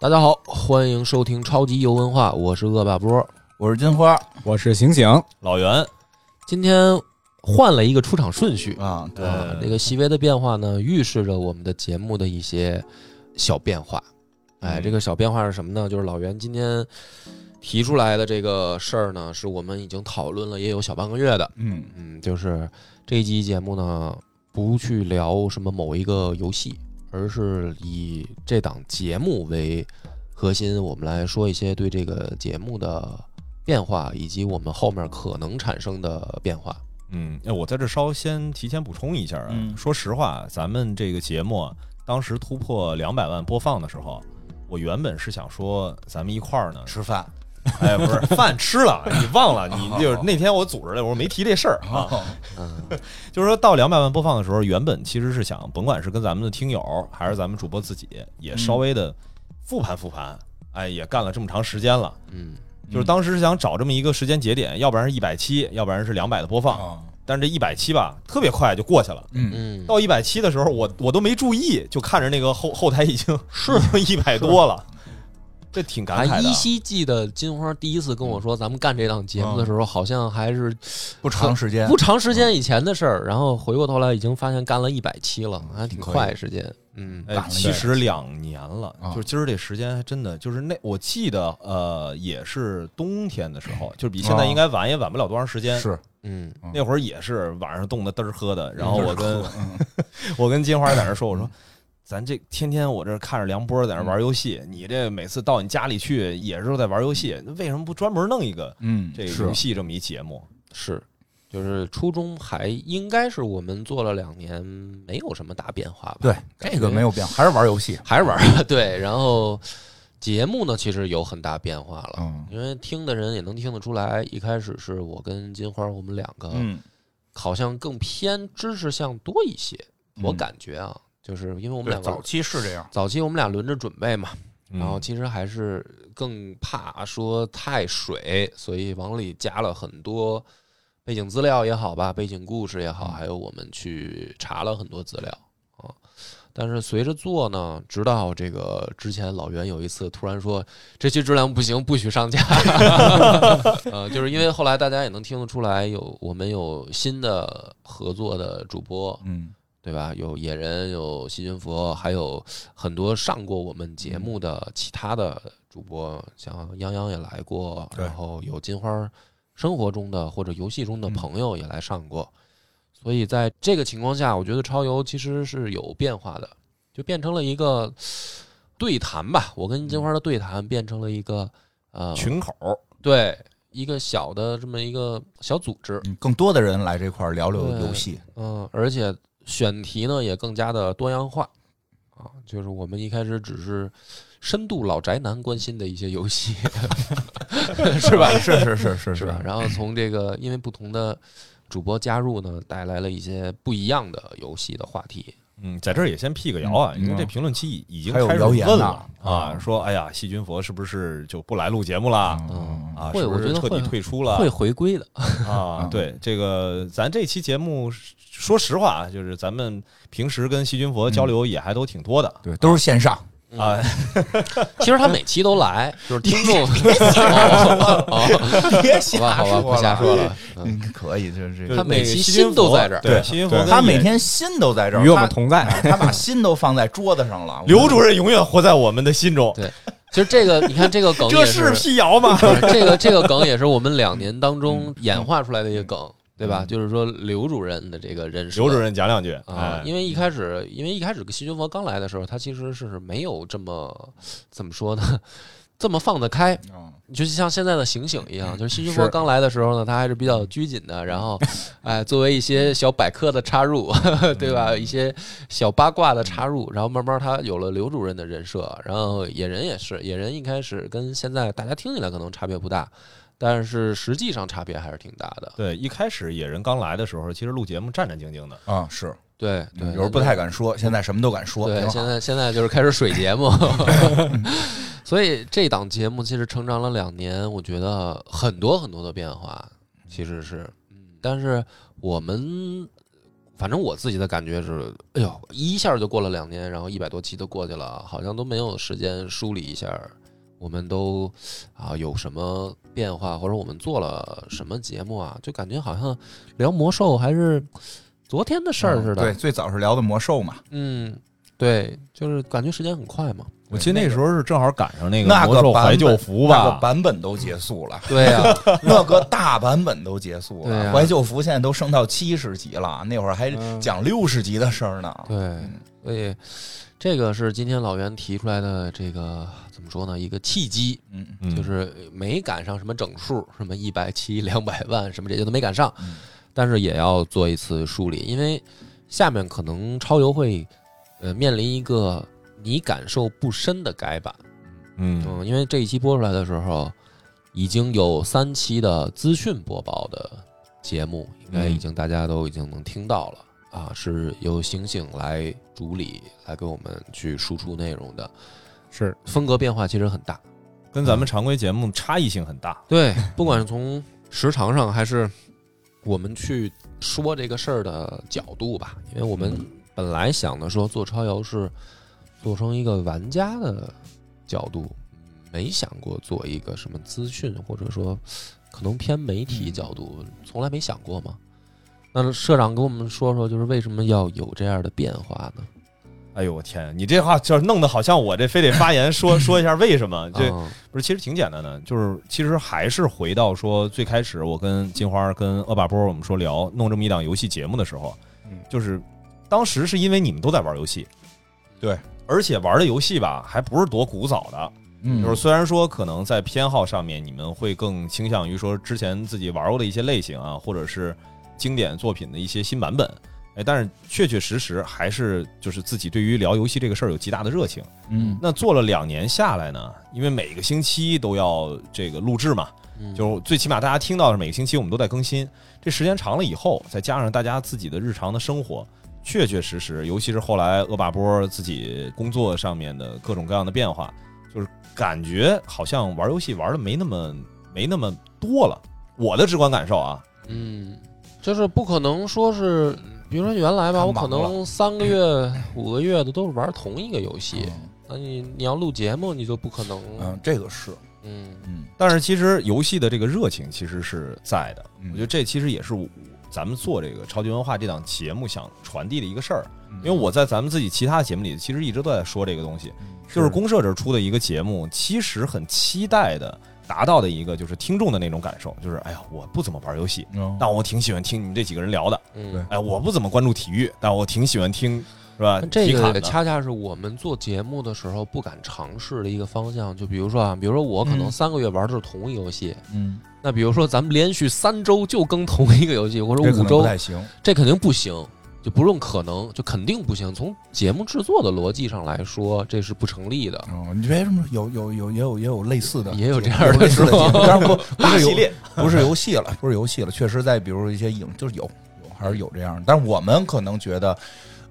大家好，欢迎收听超级游文化，我是恶霸波。我是金花我是醒醒，老袁，今天换了一个出场顺序，啊，对，啊，这个细微的变化呢，预示着我们的节目的一些小变化。哎，嗯这个小变化是什么呢？就是老袁今天提出来的这个事儿呢，是我们已经讨论了也有小半个月的。嗯嗯，就是这一期节目呢，不去聊什么某一个游戏，而是以这档节目为核心，我们来说一些对这个节目的变化，以及我们后面可能产生的变化。嗯，哎，我在这稍先提前补充一下啊，嗯说实话，咱们这个节目啊当时突破两百万播放的时候，我原本是想说咱们一块儿呢，吃饭哎，不是饭吃了，你忘了， 你就是那天我组织的，我说没提这事儿啊，嗯，就是说到两百万播放的时候，原本其实是想，甭管是跟咱们的听友还是咱们主播自己，也嗯稍微的复盘复盘，哎，也干了这么长时间了，嗯，就是当时是想找这么一个时间节点，要不然是一百期，要不然是两百的播放，啊，但是这一百期吧，特别快就过去了。嗯嗯，到一百期的时候，我我都没注意，就看着那个后后台 已经是一百多了，这挺感还慨的依。稀记得金花第一次跟我说咱们干这档节目嗯的时候，好像还是不长时间不，长时间以前的事儿，然后回过头来已经发现干了一百期了，还挺挺可以快时间。嗯哎赶，了其实两年了啊，就是今儿这时间还真的就是那，我记得呃也是冬天的时候，就是比现在啊应该晚也晚不了多长时间。是，嗯，那会儿也是晚上冻得嘚儿喝的，然后我跟嗯 我跟金花在那儿说，我说。咱这天天我这看着梁波在那儿玩游戏，嗯你这每次到你家里去也是在玩游戏，那为什么不专门弄一个嗯，这是游戏这么一节目？是，就是初中还应该是我们做了两年，没有什么大变化吧？对这个没有变，还是玩游戏，还是玩儿 对。然后节目呢，其实有很大变化了，嗯因为听的人也能听得出来，一开始是我跟金花我们两个，嗯，好像更偏知识向多一些，我感觉啊，就是因为我我们两嗯早个。期是这样，早期我们俩轮着准备嘛，然后嗯其实还是更怕说太水，所以往里加了很多背景资料也好吧，背景故事也好，还有我们去查了很多资料啊。但是随着做呢，直到这个之前老袁有一次突然说这期质量不行，不许上架。 呃，就是因为后来大家也能听得出来，有我们有新的合作的主播，嗯对吧？有野人，有细菌佛，还有很多上过我们节目的其他的主播，像泱泱也来过，对然后有金花生活中的或者游戏中的朋友也来上过。所以在这个情况下，我觉得超游其实是有变化的，就变成了一个对谈吧。我跟金花的对谈变成了一个呃，群口对一个小的这么一个小组织，嗯更多的人来这块儿聊聊游戏，嗯，而且选题呢也更加的多样化啊，就是我们一开始只是深度老宅男关心的一些游戏， 是吧？ 是是是是是吧？然后从这个因为不同的主播加入呢，带来了一些不一样的游戏的话题。嗯，在这儿也先辟个谣啊，嗯因为这评论区已已经还有开始谣言问呢了啊，啊说哎呀，细菌佛是不是就不来录节目啦？嗯啊，会是不我是觉得彻底会退出了会嗯回归的，啊？对，这个咱这期节目，说实话啊，就是咱们平时跟细菌佛嗯交流也还都挺多的对，都是线上，啊，其实他每期都来，就是听众。哦哦别好吧，好吧，不瞎说了。嗯嗯，可以，就是这就个他是每那个期细心菌都佛在这儿对，细菌佛对跟他每野天心都在这儿，与我们他哎同在。他把心都放在桌子上了，我刘主任永远活在我们的心中对，其实这个，你看这个梗这也是是辟谣 吗？不是这个这个梗也是我们两年当嗯中演化出来的一个梗，对吧？就是说刘主任的这个人设，刘主任讲两句啊哎，因为一开始，因为一开始细菌佛刚来的时候，他其实是没有这么怎么说呢， 这么放得开，嗯就像现在的醒醒一样，就是细菌佛是刚来的时候呢，他还是比较拘谨的，然后，哎，作为一些小百科的插入， 对吧？一些小八卦的插入，然后慢慢他有了刘主任的人设，然后野人也是，野人一开始跟现在大家听起来可能差别不大，但是实际上差别还是挺大的。对，一开始野人刚来的时候，其实录节目战战兢兢的，啊是，对对，有时候不太敢说，现在什么都敢说，对，挺好 现在现在就是开始水节目，所以这档节目其实成长了两年，我觉得很多很多的变化，其实是，嗯，但是我们，反正我自己的感觉是，哎呦，一下就过了两年，然后一百多期都过去了，好像都没有时间梳理一下，我们都啊有什么变化，或者我们做了什么节目啊，就感觉好像聊魔兽还是昨天的事儿似的，嗯对，最早是聊的魔兽嘛，嗯，对，就是感觉时间很快嘛。我记得那时候是正好赶上那个那魔个兽怀版旧本服那个吧，版本都结束 了，对啊呀、 那个大版本都结束对了，呀啊怀旧服现在都升到七十级了，那会儿还嗯讲六十级的事儿呢。对，所以这个是今天老袁提出来的这个怎么说呢？一个契机，嗯，嗯就是没赶上什么整数，什么一百七、两百万什么这些都没赶上嗯，但是也要做一次梳理，因为下面可能超游会呃面临一个你感受不深的改版。嗯嗯，因为这一期播出来的时候，已经有三期的资讯播报的节目，应嗯该已经大家都已经能听到了、啊，是由星星来主理，来给我们去输出内容的，是风格变化其实很大。跟咱们常规节目差异性很大，对，不管是从时长上还是我们去说这个事儿的角度吧，因为我们本来想的说做超游是做成一个玩家的角度，没想过做一个什么资讯或者说可能偏媒体角度，从来没想过嘛。那社长给我们说说，就是为什么要有这样的变化呢？哎呦我天，你这话就是弄得好像我这非得发 言说说一下为什么？嗯这啊不是其实挺简单的，就是其实还是回到说最开始我跟金花跟恶霸波我们说聊弄这么一档游戏节目的时候嗯，就是当时是因为你们都在玩游戏，对，而且玩的游戏吧还不是多古早的，嗯就是虽然说可能在偏好上面，你们会更倾向于说之前自己玩过的一些类型啊，或者是经典作品的一些新版本，哎，但是确确实实还是就是自己对于聊游戏这个事儿有极大的热情。嗯，那做了两年下来呢，因为每个星期都要这个录制嘛，嗯就是最起码大家听到的是每个星期我们都在更新，这时间长了以后，再加上大家自己的日常的生活，确确实实，尤其是后来恶霸波自己工作上面的各种各样的变化，就是感觉好像玩游戏玩的没那么没那么多了。我的直观感受啊，嗯，就是不可能说是，比如说原来吧，太我可忙能三个月、五个月的都是玩同一个游戏，那你你要录节目，你就不可能，嗯，这个是，嗯嗯但是其实游戏的这个热情其实是在的。嗯我觉得这其实也是我咱们做这个超级文化这档节目想传递的一个事儿，嗯因为我在咱们自己其他节目里其实一直都在说这个东西。就是公社这儿出的一个节目，其实很期待的达到的一个就是听众的那种感受，就是哎呀，我不怎么玩游戏，嗯但我挺喜欢听你们这几个人聊的。嗯对。哎，我不怎么关注体育，但我挺喜欢听，是吧？这体个卡也的恰恰是我们做节目的时候不敢尝试的一个方向。就比如说啊，比如说我可能嗯三个月玩的是同一个游戏，嗯，那比如说咱们连续三周就更同一个游戏，或者这五可能不周，太行，这肯定不行，就不用可能，就肯定不行。从节目制作的逻辑上来说，这是不成立的。嗯，你为什么有有有也有也有类似的，也有这样有的类似的是吗节目，当然不不大是系游列， 不是游戏了，不是游戏了，确实在比如一些影就是有有还是有这样的，但是我们可能觉得。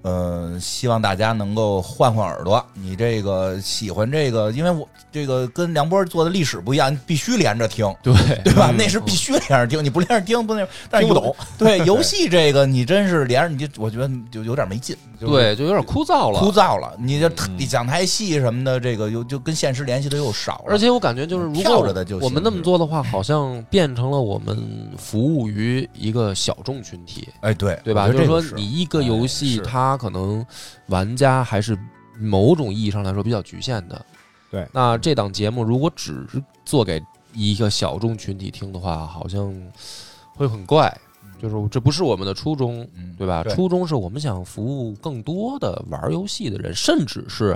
呃，希望大家能够换换耳朵。你这个喜欢这个，因为我这个跟梁波做的历史不一样，你必须连着听，对对吧？嗯那是必须连着听，你不连着听不那，但是听不有懂。对游戏这个，你真是连着你就，我觉得你就有点没劲，就是对，就有点枯燥了。枯燥了。你这嗯你讲台戏什么的，这个又就跟现实联系的又少了，而且我感觉就是，如嗯跳果着的就行我们那么做的话，好像变成了我们服务于一个小众群体，哎，对对吧？我就觉是得这个说，是你一个游戏，哎是它可能玩家还是某种意义上来说比较局限的。对那这档节目如果只是做给一个小众群体听的话，好像会很怪。就是这不是我们的初衷，嗯对吧？对初衷是我们想服务更多的玩游戏的人，甚至是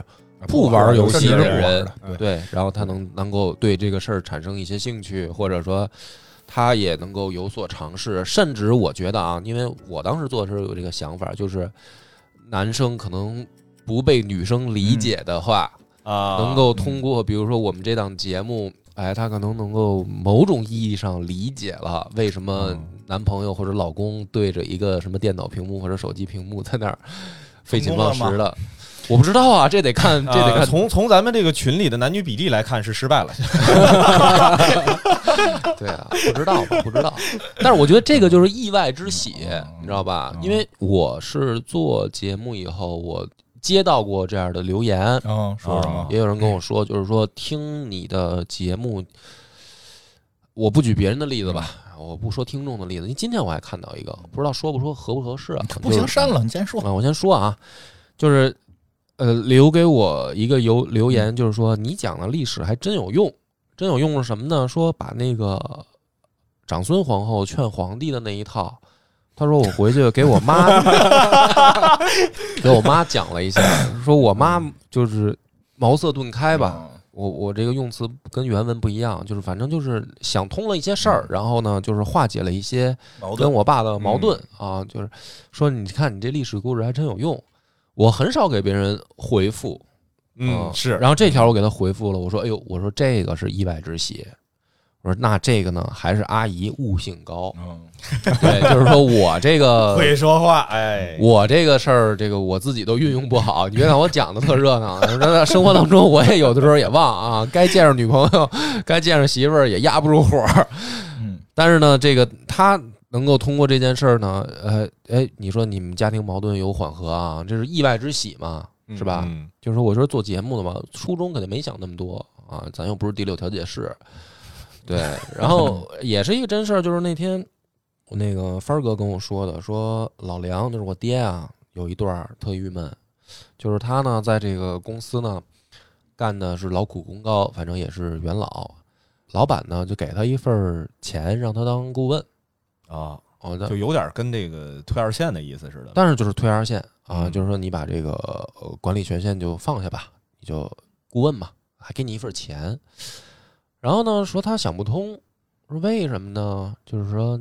啊不不玩游甚戏至的是不玩人的，对，然后他能能够对这个事儿产生一些兴趣，或者说他也能够有所尝试。甚至我觉得啊，因为我当时做的时候有这个想法，就是男生可能不被女生理嗯解的话，啊，能够通过比如说我们这档节目。哎，他可能能够某种意义上理解了为什么嗯男朋友或者老公对着一个什么电脑屏幕或者手机屏幕在那儿费 成劲功忘了吗食的，我不知道啊，这得看，这得呃看。从从咱们这个群里的男女比例来看是失 败了，对啊，不知道，不 知道。但是我觉得这个就是意外之喜，嗯你知道吧？因为我是做节目以后，我接到过这样的留言，嗯，说什么？也有人跟我说，就是说听你的节目，我不举别人的例子吧，我不说听众的例子。因为今天我还看到一个，不知道说不说合不合适啊？不行，删了。了，你先说。啊，我先说啊，就是呃，留给我一个留留言，就是说你讲的历史还真有用，真有用是什么呢？说把那个长孙皇后劝皇帝的那一套，他说我回去给我妈给我妈讲了一下，说我妈就是茅塞顿开吧，我我这个用词跟原文不一样，就是反正就是想通了一些事儿，然后呢，就是化解了一些矛跟盾。，我爸的嗯矛盾啊，就是说你看你这历史故事还真有用。我很少给别人回复，啊嗯，是，哦然后这条我给他回复了，我说，哎呦，我说这个是意外之喜，我说那这个呢还是阿姨悟性高嗯，对，就是说我这个 会说话，哎，嗯我这个事儿，这个我自己都运用不好。你别看我讲的特热闹，那生活当中我也有的时候也忘啊，该见着女朋友，该见着媳妇儿也压不住火儿。嗯，但是呢，这个他能够通过这件事儿呢，呃，哎，你说你们家庭矛盾有缓和啊，这是意外之喜嘛，是吧？嗯就是说我说做节目的嘛，初衷肯定没想那么多啊，咱又不是第六调解室，对。然后也是一个真事儿，就是那天我那个帆儿哥跟我说的，说老梁就是我爹啊，有一段儿特郁闷，就是他呢在这个公司呢干的是劳苦功高，反正也是元老，老板呢就给他一份儿钱让他当顾问啊，哦，那就有点跟这个退二线的意思似的，但是就是退二线啊，嗯就是说你把这个呃管理权限就放下吧，你就顾问嘛，还给你一份钱。然后呢，说他想不通，说为什么呢？就是说，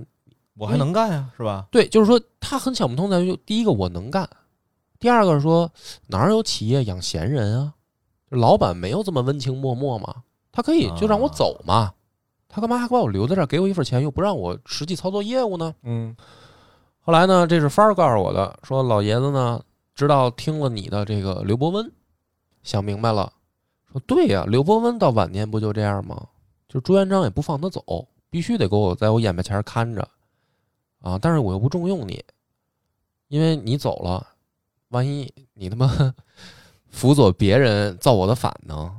我还能干呀，是吧？对，就是说他很想不通在于，第一个我能干，第二个是说哪儿有企业养闲人啊？就老板没有这么温情脉脉嘛，他可以就让我走嘛，他干嘛还把我留在这儿，给我一份钱，又不让我实际操作业务呢？嗯后来呢，这是帆儿告诉我的，说老爷子呢，直到听了你的这个刘伯温，想明白了，说对呀、刘伯温到晚年不就这样吗？就朱元璋也不放他走，必须得给我在我眼巴前儿看着啊！但是我又不重用你，因为你走了，万一你他妈 辅佐别人造我的反呢？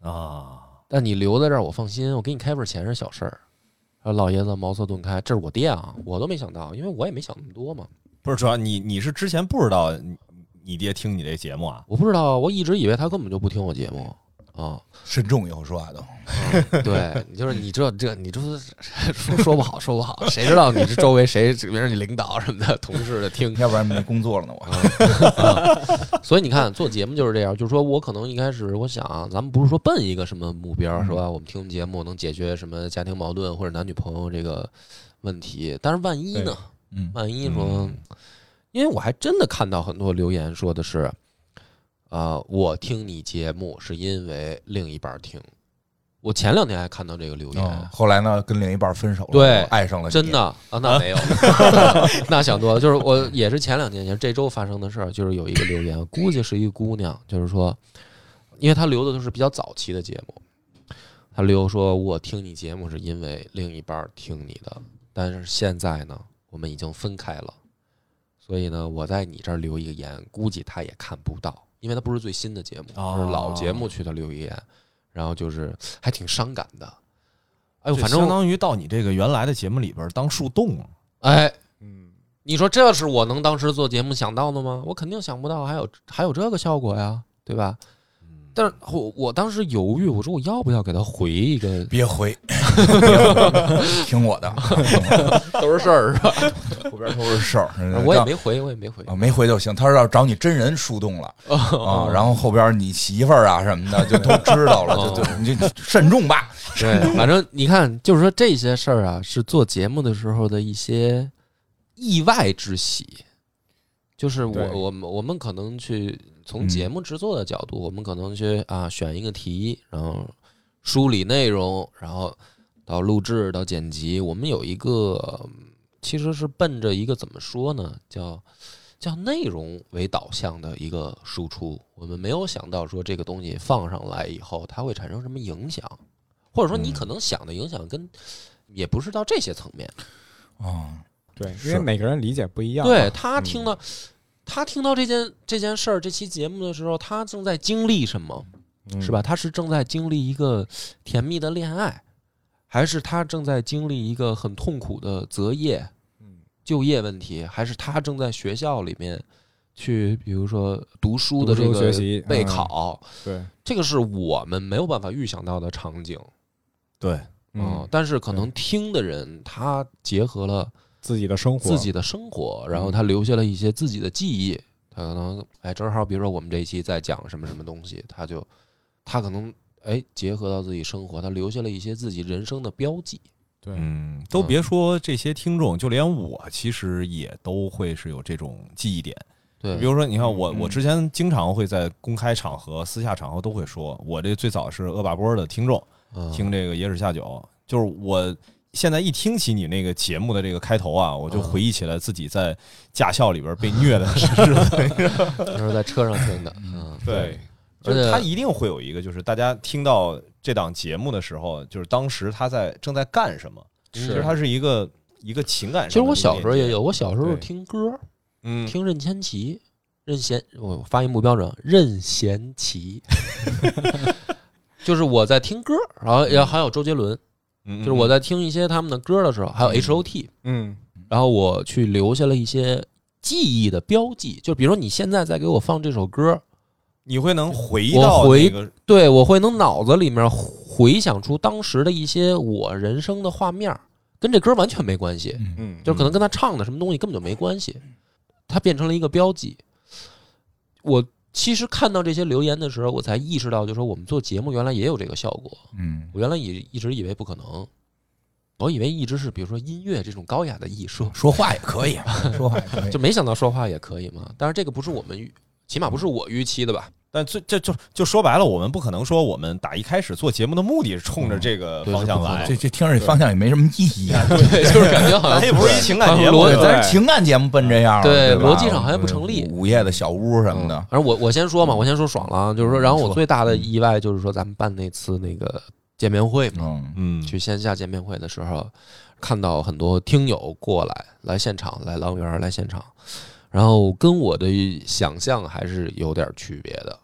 啊，但你留在这儿，我放心，我给你开份钱是小事儿。然后老爷子茅塞顿开，这是我爹啊，我都没想到，因为我也没想那么多嘛。不是，主要你你是之前不知道你你爹听你这节目啊？我不知道，我一直以为他根本就不听我节目啊。慎重以后说啊 话都。对，你就是你这这你这说说不好，说不好，谁知道你这周围谁，比如你领导什么的、同事的 听。要不然没工作了呢，我啊啊所以你看，做节目就是这样，就是说我可能一开始我想啊，咱们不是说奔一个什么目标是吧？我们听节目能解决什么家庭矛盾或者男女朋友这个问题，但是万一呢？嗯，万一说，因为我还真的看到很多留言说的是，啊、我听你节目是因为另一半听。我前两天还看到这个留言，嗯后来呢，跟另一半分手了，对我爱上了你真的，啊？那 没有， 那想多了。就是我也是前两天，也是这周发生的事儿，就是有一个留言，估计是一个姑娘，就是说，因为她留的都是比较早期的节目，她留说我听你节目是因为另一半儿听你的，但是现在呢，我们已经分开了，所以呢，我在你这儿留一个言，估计她也看不到，因为她不是最新的节目，哦是老节目去的留言，然后就是还挺伤感的。哎呦，就反正相当于到你这个原来的节目里边当树洞了。哎，嗯，你说这是我能当时做节目想到的吗？我肯定想不到，还有还有这个效果呀，对吧？但是我我当时犹豫，我说我要不要给他回一个别回， 听我的， 都是事儿是吧？后边都是事儿。我也没回，我也没回。啊，没回就行。他是要找你真人树洞了啊， 然后后边你媳妇儿啊什么的就都知道了，就就你就慎重吧。对，反正你看，就是说这些事儿啊，是做节目的时候的一些意外之喜。就是我对我们我们可能去从节目制作的角度，我们可能去啊选一个题，然后梳理内容，然后到录制到剪辑，我们有一个嗯其实是奔着一个怎么说呢，叫叫内容为导向的一个输出。我们没有想到说这个东西放上来以后，它会产生什么影响，或者说你嗯可能想的影响跟也不是到这些层面。哦，对，是因为每个人理解不一样嘛。对他嗯听到、他听到这件这件事儿这期节目的时候，他正在经历什么？嗯是吧？？他是正在经历一个甜蜜的恋爱，还是他正在经历一个很痛苦的择业、嗯就业问题？还是他正在学校里面去，比如说读书的读这书个学习备嗯考？对，这个是我们没有办法预想到的场景对，啊、嗯，但是可能听的人他结合了自己的生活，自己的生活，然后他留下了一些自己的记忆。他可能哎，正好比如说我们这一期在讲什么什么东西，他就他可能哎结合到自己生活，他留下了一些自己人生的标记。对，嗯，都别说这些听众，就连我其实也都会是有这种记忆点。对，比如说，你看我，嗯我之前经常会在公开场合、私下场合都会说，我这最早是恶霸波的听众，嗯听这个野史下酒，就是我现在一听起你那个节目的这个开头啊，我就嗯回忆起来自己在驾校里边被虐的日子。那时候在车上听 的，嗯，对，就而是且他一定会有一个，就是大家听到这档节目的时候，就是当时他在正在干什么。是其实它是一个一个情感上的其实我小时候也有，我小时候对听歌，嗯，听任贤齐，任贤，我发音不标准，任贤齐， 就是我在听歌，然后然后还有周杰伦，嗯，就是我在在听一些他们的歌的时候，还有嗯 H O T，嗯，然后我去留下了一些记忆的标记，就比如说你现在在给我放这首歌，你会能回我到回那个对我会能脑子里面回想出当时的一些我人生的画面，跟这歌完全没关系，嗯，嗯，就可能跟他唱的什么东西根本就没关系，它变成了一个标记。我其实看到这些留言的时候，我才意识到，就说我们做节目原来也有这个效果，嗯，我原来也一直以为不可能。我以为一直是比如说音乐这种高雅的艺术，说话也可以， 说话也可以就，没想到说话也可以嘛。但是这个不是我们预，起码不是我预期的吧？ 但最这就就说白了，我们不可能说我们打一开始做节目的目的是冲着这个对方向来，这这听着这方向也没什么意义啊。对，就是感觉好 哎咱像也不是一情感节目好，像逻对，咱是情感节目奔这样了，对吧逻辑上好像不成立。午夜的小屋什么的，嗯而嗯我我先说嘛，我先说爽了啊，就是说，然后我说最大的意外就是说，咱们办那次那个见面会嘛，嗯，嗯，去线下见面会的时候，看到很多听友过来来现场，来狼园儿来现场，然后跟我的想象还是有点区别的，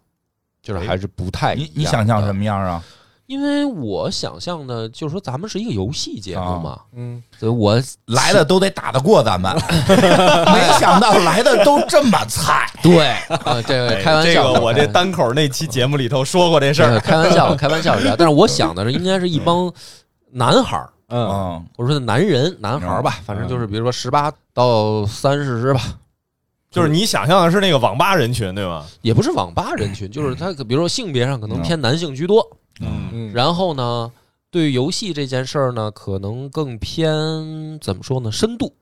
就是还是不太一你你样的想象什？么样啊？因为我想象的就是说，咱们是一个游戏节啊目嘛，嗯，所以我来的都得打得过咱们， 没想到来的都这么菜。对啊，这个哎开玩这笑个的，我这单口那期节目里头说过这事 对儿， 开玩笑，开玩笑是这样。但是我想的是，应该是一帮男孩儿，嗯，嗯，我说的男人，男孩儿嗯吧，反正就是比如说十八到三十吧，就是你想象的是那个网吧人群对吗？也不是网吧人群，就是他可比如说性别上可能偏男性居多，嗯嗯，然后呢，对于游戏这件事儿呢，可能更偏怎么说呢，深度，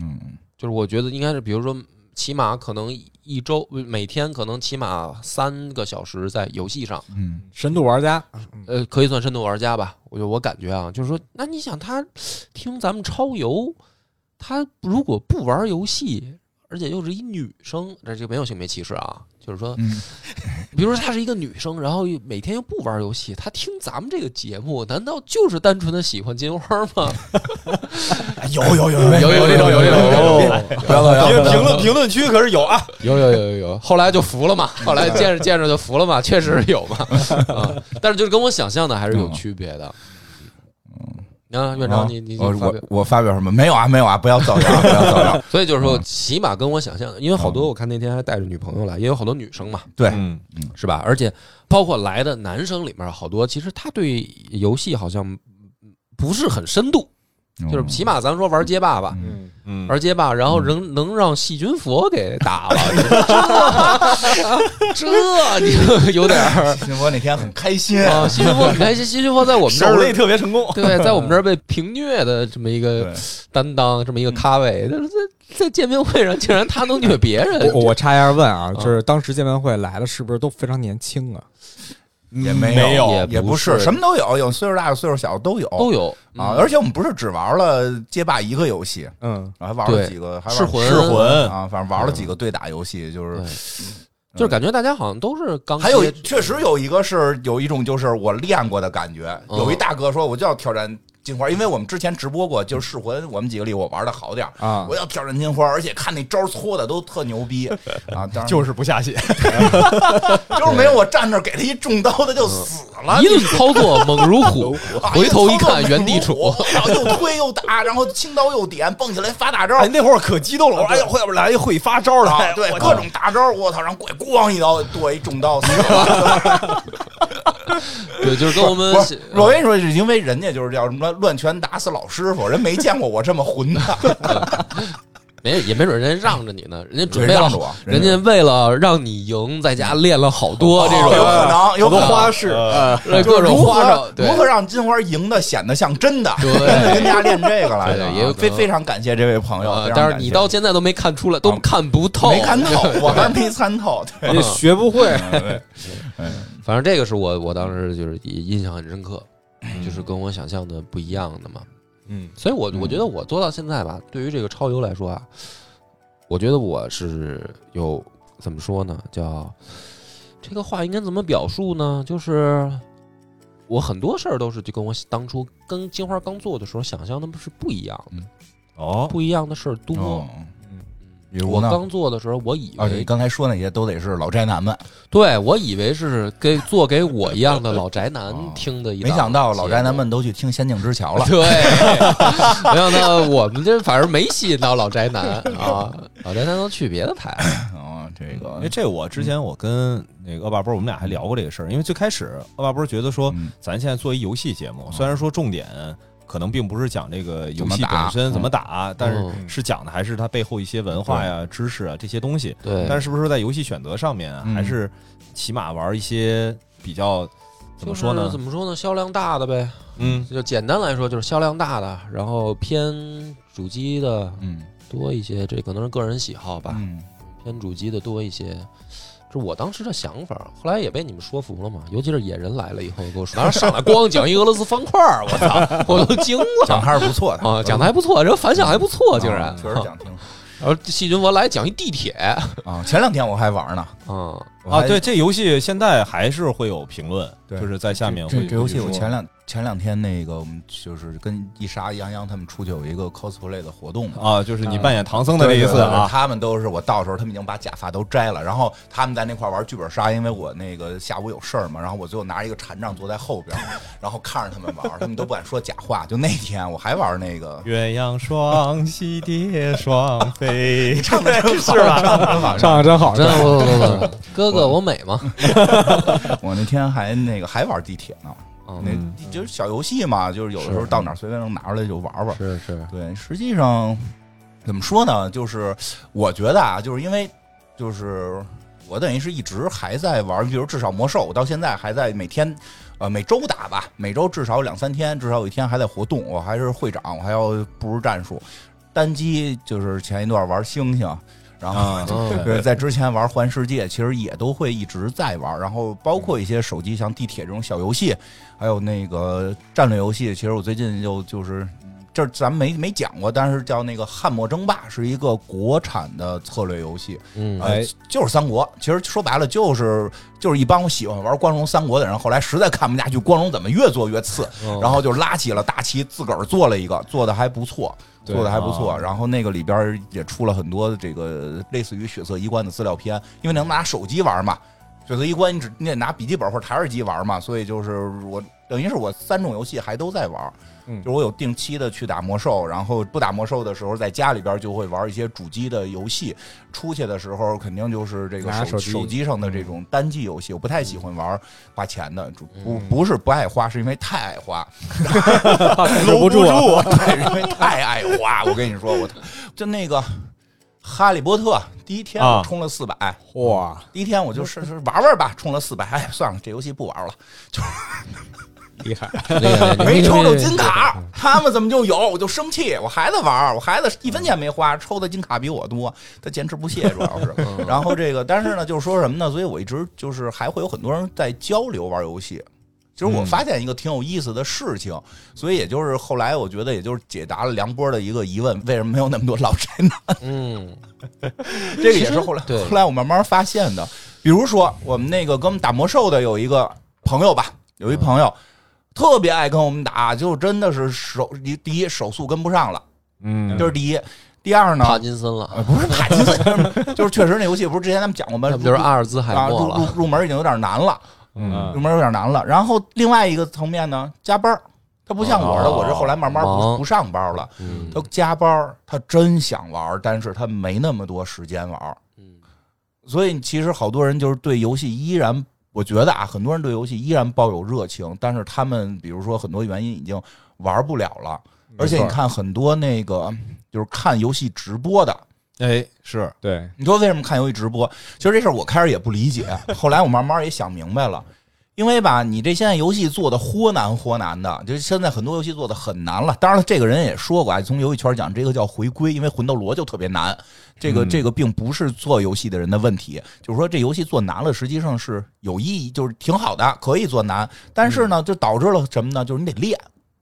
嗯，就是我觉得应该是比如说。起码可能一周每天可能起码三个小时在游戏上，嗯，深度玩家，呃，可以算深度玩家吧。我就我感觉啊，就是说，那你想他听咱们超游，他如果不玩游戏，而且又是一女生，这就没有性别歧视啊。就是说，嗯比如说她是一个女生，然后又每天又不玩游戏，她听咱们这个节目，难道就是单纯的喜欢金花吗？有有有有有有有有有不要不要因为不要评论评论区可是有啊，有有有有有，后来就服了嘛，后来见着见着就服了嘛，确实是有嘛，啊，但是就是跟我想象的还是有区别的。嗯，啊，院长，你你我发表哦我我发表什么？没有啊，没有啊，不要造谣，不要造谣。所以就是说，起码跟我想象的，因为好多我看那天还带着女朋友来，也有好多女生嘛，对，嗯，是吧？而且包括来的男生里面好多，其实他对游戏好像不是很深度，就是起码咱说玩街霸吧。嗯嗯，嗯，玩街霸，然后能能让细菌佛给打了，这这你就有点儿新博那天很开心， 啊！细菌佛很开心，细菌佛在我们这手累儿特别成功，对，在我们这儿被平虐的这么一个对担当，这么一个咖位，但是在在见面会上竟然他能虐别人，嗯我我插一下问啊，嗯就是当时见面会来的是不是都非常年轻啊？也没没有也不是什么都有，有岁数大有岁数小都有都有嗯啊。而且我们不是只玩了街霸一个游戏，嗯，啊还玩了对几个，还玩噬魂噬魂嗯啊，反正玩了几个对打游戏，就是对就是感觉大家好像都是刚嗯还有接确实有一个是有一种就是我练过的感觉。嗯有一大哥说我就要挑战金花，因为我们之前直播过，就是噬魂，我们几个里我玩的好点儿啊我要挑战金花，而且看那招搓的都特牛逼啊！当然就是不下血，就是没有我站那儿给他一中刀，他就死了。一顿操作猛如虎，回头一哎看原地杵杵，，然后又推又打，然后轻刀又点，蹦起来发大招， 哎，那会儿可激动了，我说哎呀，会要不来一会发招了，啊哎对，我各种大招，我操，然后鬼咣一刀剁一中刀，死了。对，就是跟我们不是，我跟你说，是因为人家就是叫什么乱拳打死老师傅，人没见过我这么混的，没也没准人家让着你呢，人家准备人了让着我，人家为了让你赢，在家练了好多这有种可能，有可好多能啊花式，嗯呃各种如花何招，对如何让金花赢的显得像真的？对真的跟家练这个来的啊，对也有可非能非常感谢这位朋友呃。非常但是感你谢到现在都没看出来，都看不透，没看透，我还没参透。哎对，也学不会，反正这个是我我当时就是嗯印象很深刻，就是跟我想象的不一样的嘛。嗯，所以我嗯我觉得我做到现在吧，对于这个超游来说啊，我觉得我是有怎么说呢，叫这个话应该怎么表述呢？就是我很多事儿都是就跟我当初跟金花刚做的时候想象的不是不一样的，哦，不一样的事儿多。哦比我如呢？刚做的时候，我以啊，你为刚才说那些都得是老宅男们，对我以为是给做给我一样的老宅男 哦听的一档没节目，想到老宅男们都去听《仙境之桥》 了。对，没想到我们这反正没吸引到老宅 男啊，老宅男都去别的台了。 哦，这因个为哎这我之前我跟那个恶霸波，我们俩还聊过这个事儿。因为最开始恶霸波觉得说嗯，咱现在做一游戏节目，虽然说重点可能并不是讲这个游戏本身怎怎么么打，但是嗯是讲的还是它背后一些文化呀、知识啊这些东西。对，但是不是说在游戏选择上面啊，嗯还是起码玩一些比较怎么说就呢是？怎么说呢？销量大的呗，嗯，就简单来说就是销量大的，然后偏主机的嗯多一些，这可能是个人喜好吧，嗯，偏主机的多一些。这我当时的想法，后来也被你们说服了嘛。尤其是野人来了以后，给我说，当时上来咣讲一俄罗斯方块儿，我操，我都惊讲了还是不错的啊！讲的还不错，这反响还不错，竟然啊。确实 讲挺好然后细菌我来讲一地铁，啊。前两天我还玩呢，嗯，我啊，还对，，这游戏现在还是会有评论，对就是在下面这会这游戏会我说前两前两天那个我们就是跟一莎、杨洋他们出去有一个 cosplay 的活动嘛。啊，就是你扮演唐僧的这一对次对对啊，他们都是我到的时候，他们已经把假发都摘了，然后他们在那块玩剧本杀，因为我那个下午有事儿嘛，然后我最后拿一个禅杖坐在后边， 然后看着他们玩，他们都不敢说假话。就那天我还玩那 个，鸳鸯嗯双栖蝶双飞，唱的真好，是吧唱的真好，上的真好，真真的好不不不不，哥哥我美吗？我那天还那个还玩地铁呢，那嗯，就是小游戏嘛，就是有的时候是到哪儿随便能拿出来就玩玩。是是，对，实际上怎么说呢？就是我觉得啊，就是因为就是我等于是一直还在玩，比如至少魔兽，我到现在还在每天。呃，每周打吧，每周至少两三天，至少有一天还在活动。我还是会长，我还要布置战术。单机就是前一段玩星星，然后啊嗯对，在之前玩《环世界》，其实也都会一直在玩，然后包括一些手机像地铁这种小游戏，还有那个战略游戏。其实我最近又就是这儿咱们没没讲过，但是叫那个《汉末争霸》是一个国产的策略游戏，嗯，呃哎，就是三国。其实说白了就是就是一帮喜欢玩光荣三国的人，后来实在看不下去光荣怎么越做越次，然后就拉起了大旗，自个儿做了一个，做的还不错，对做的还不错。啊然后那个里边儿也出了很多这个类似于《血色衣冠》的资料片，因为能拿手机玩嘛，《血色衣冠》你只你得拿笔记本或者台式机玩嘛，所以就是我等于是我三种游戏还都在玩，嗯就是我有定期的去打魔兽，然后不打魔兽的时候在家里边就会玩一些主机的游戏，出去的时候肯定就是这个拿手手机嗯手机上的这种单机游戏，我不太喜欢玩花钱的，主不嗯不是不爱花，是因为太爱花。控制不住啊，我， 对，因为太爱花。我跟你说，我就那个《哈利波特》，第一天我啊充了四百、哇，第一天我就是是玩玩吧，充了四百，哎，算了，这游戏不玩了，厉害，厉害没抽着金卡，他们怎么就有？我就生气，我孩子玩儿，我孩子一分钱没花，抽的金卡比我多，他坚持不懈主要是。然后这个，但是呢，就是说什么呢？所以我一直就是还会有很多人在交流玩游戏。其实我发现一个挺有意思的事情，所以也就是后来我觉得，也就是解答了梁波的一个疑问：为什么没有那么多老宅男？嗯， 这个也是后来其实对后来我慢慢发现的。比如说，我们那个跟我们打魔兽的有一个朋友吧，有一朋友特别爱跟我们打，就真的是手第第一手速跟不上了，嗯这是第一。第二呢，帕金森了，呃不是帕金森，就是 确实那游戏不是之前咱们讲过吗？要不就是阿尔兹海啊，默入入了，入门已经有点难了，嗯入门有点难了。然后另外一个层面呢，加班儿，他不像我似的，哦我是后来慢慢不忙不上班了，嗯他加班儿，他真想玩儿，但是他没那么多时间玩儿。嗯所以其实好多人就是对游戏依然，我觉得啊，很多人对游戏依然抱有热情，但是他们比如说很多原因已经玩不了了，而且你看很多那个就是看游戏直播的。哎，是对，你说为什么看游戏直播？其实这事儿我开始也不理解，后来我慢慢也想明白了。因为吧，你这现在游戏做的豁难豁难的，就是现在很多游戏做的很难了。当然了，这个人也说过啊，从游戏圈讲，这个叫回归，因为魂斗罗就特别难。这个嗯这个并不是做游戏的人的问题，就是说这游戏做难了，实际上是有意义，就是挺好的，可以做难。但是呢，就导致了什么呢？就是你得练，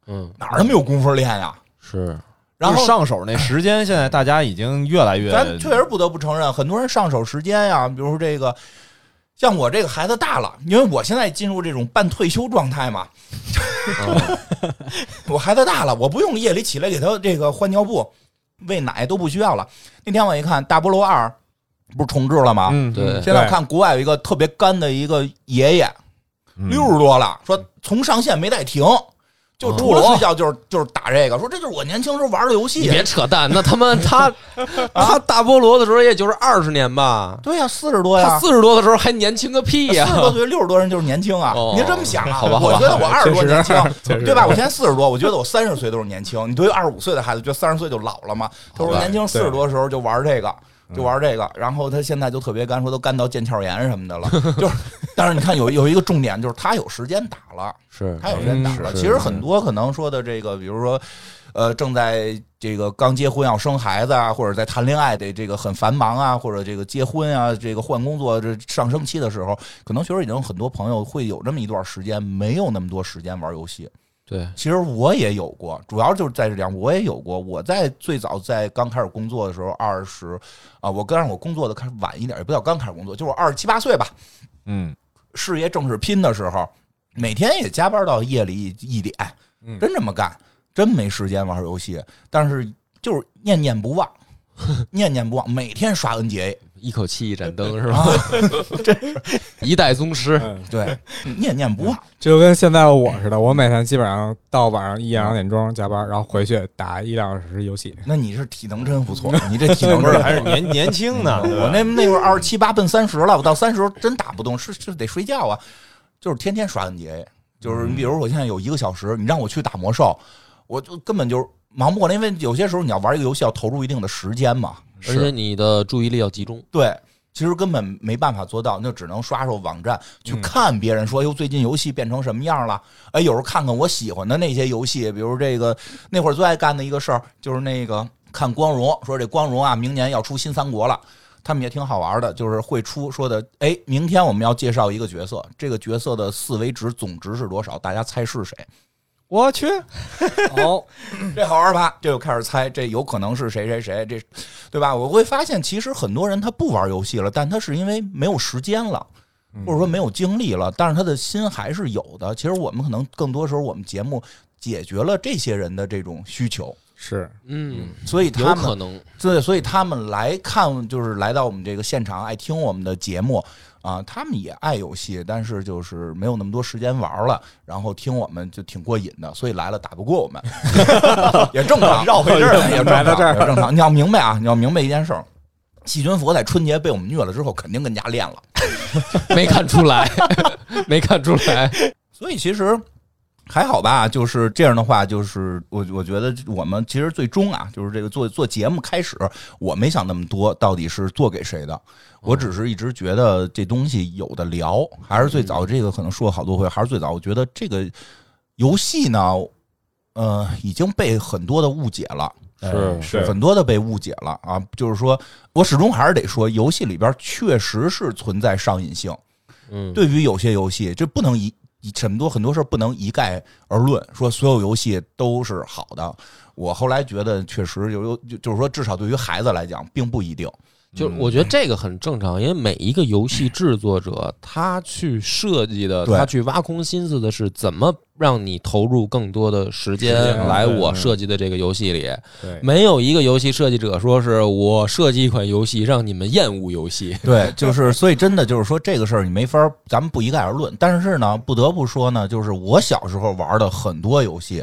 嗯，哪儿那么有功夫练呀？是然就后是上手那时间，现在大家已经越来越咱确实不得不承认，很多人上手时间呀，比如说这个，像我这个孩子大了，因为我现在进入这种半退休状态嘛，哦 我孩子大了，我不用夜里起来给他这个换尿布、喂奶都不需要了。那天我一看《大菠萝二》，不是重置了吗？嗯对现在我看国外有一个特别干的一个爷爷，嗯六十多了，说从上线没带停。哦就除了睡觉就是就是打这个，说这就是我年轻时候玩的游戏。你别扯淡，那他妈 他啊他大菠萝的时候也就是二十年吧，对呀、四十多呀，他四十多的时候还年轻个屁四哎呀十！多岁、六十多人就是年轻啊！哦你这么想啊？好吧好吧我觉得我二十多年轻，确实对吧？我现在四十多，我觉得我三十岁都是年轻。你对于二十五岁的孩子，觉得三十岁就老了吗？他说好吧年轻四十多的时候就玩这个。嗯就玩这个，然后他现在就特别干，说都干到腱鞘炎什么的了。 就是，但是你看有有一个重点，就是他有时间打了，是他有时间打嗯了。是其实很多可能说的这个，比如说，呃，正在这个刚结婚要生孩子啊，或者在谈恋爱得这个很繁忙啊，或者这个结婚啊，这个换工作这上升期的时候，可能确实已经有很多朋友会有这么一段时间没有那么多时间玩游戏。对，其实我也有过，主要就是在这两，我也有过。我在最早在刚开始工作的时候，二十啊，我刚让我工作的开始晚一点，也不叫刚开始工作，就是我二十七八岁吧，嗯事业正式拼的时候，每天也加班到夜里一一点，嗯真这么干，真没时间玩游戏，但是就是念念不忘， 念念不忘，每天刷 NBA，一口气一盏灯是吧？啊 一代宗师，嗯 对，念念不忘，嗯就跟现在我似的，我每天基本上到晚上一嗯两点钟加班，然后回去打一两个小时游戏。那你是体能真不 错，你这体能不真是是还还是。是年年轻呢，对吧我那那会儿二十七八奔三十了，我到三十真打不动，是是得睡觉啊，就是天天刷 NBA，就是你比如我现在有一个小时，你让我去打魔兽，我就根本就忙不过来，因为有些时候你要玩一个游戏要投入一定的时间嘛，而且你的注意力要集中。对，其实根本没办法做到，那只能刷刷网站去嗯看别人说，哟，哎最近游戏变成什么样了？哎，有时候看看我喜欢的那些游戏，比如这个那会儿最爱干的一个事儿就是那个看光荣，说这光荣啊，明年要出新三国了。他们也挺好玩的，就是会出说的，哎，明天我们要介绍一个角色，这个角色的四维值总值是多少？大家猜是谁？我去，哦，这好玩吧？这就开始猜，这有可能是谁谁谁，这对吧？我会发现，其实很多人他不玩游戏了，但他是因为没有时间了，嗯或者说没有精力了，但是他的心还是有的。其实我们可能更多时候，我们节目解决了这些人的这种需求， 是嗯，所以他有们可能对，所以他们来看，就是来到我们这个现场，爱听我们的节目啊，他们也爱游戏，但是就是没有那么多时间玩了，然后听我们就挺过瘾的，所以来了打不过我 们，也正常，绕回这儿也正常，来到这儿也正常。你要明白啊，你要明白一件事儿。细菌佛在春节被我们虐了之后，肯定跟家练了。没看出来， 没看出来。所以其实还好吧，就是这样的话，就是我我觉得我们其实最终啊，就是这个做做节目开始，我没想那么多，到底是做给谁的，我只是一直觉得这东西有的聊，还是最早这个可能说了好多回，还是最早，我觉得这个。游戏呢，呃，已经被很多的误解了，哎是是很多的被误解了啊。就是说我始终还是得说，游戏里边确实是存在上瘾性。嗯，对于有些游戏，这不能一一很多很多事儿不能一概而论，说所有游戏都是好的。我后来觉得，确实有有就就是说，至少对于孩子来讲，并不一定。就是嗯我觉得这个很正常，因为每一个游戏制作者他去设计的，对他去挖空心思的是怎么让你投入更多的时间时啊间来对嗯我对设计的这个游戏里。对，没有一个游戏设计者说是我设计一款游戏让你们厌恶游戏。 对，就是所以真的就是说这个事儿你没法儿，咱们不一概而论。但是呢，不得不说呢，就是我小时候玩的很多游戏，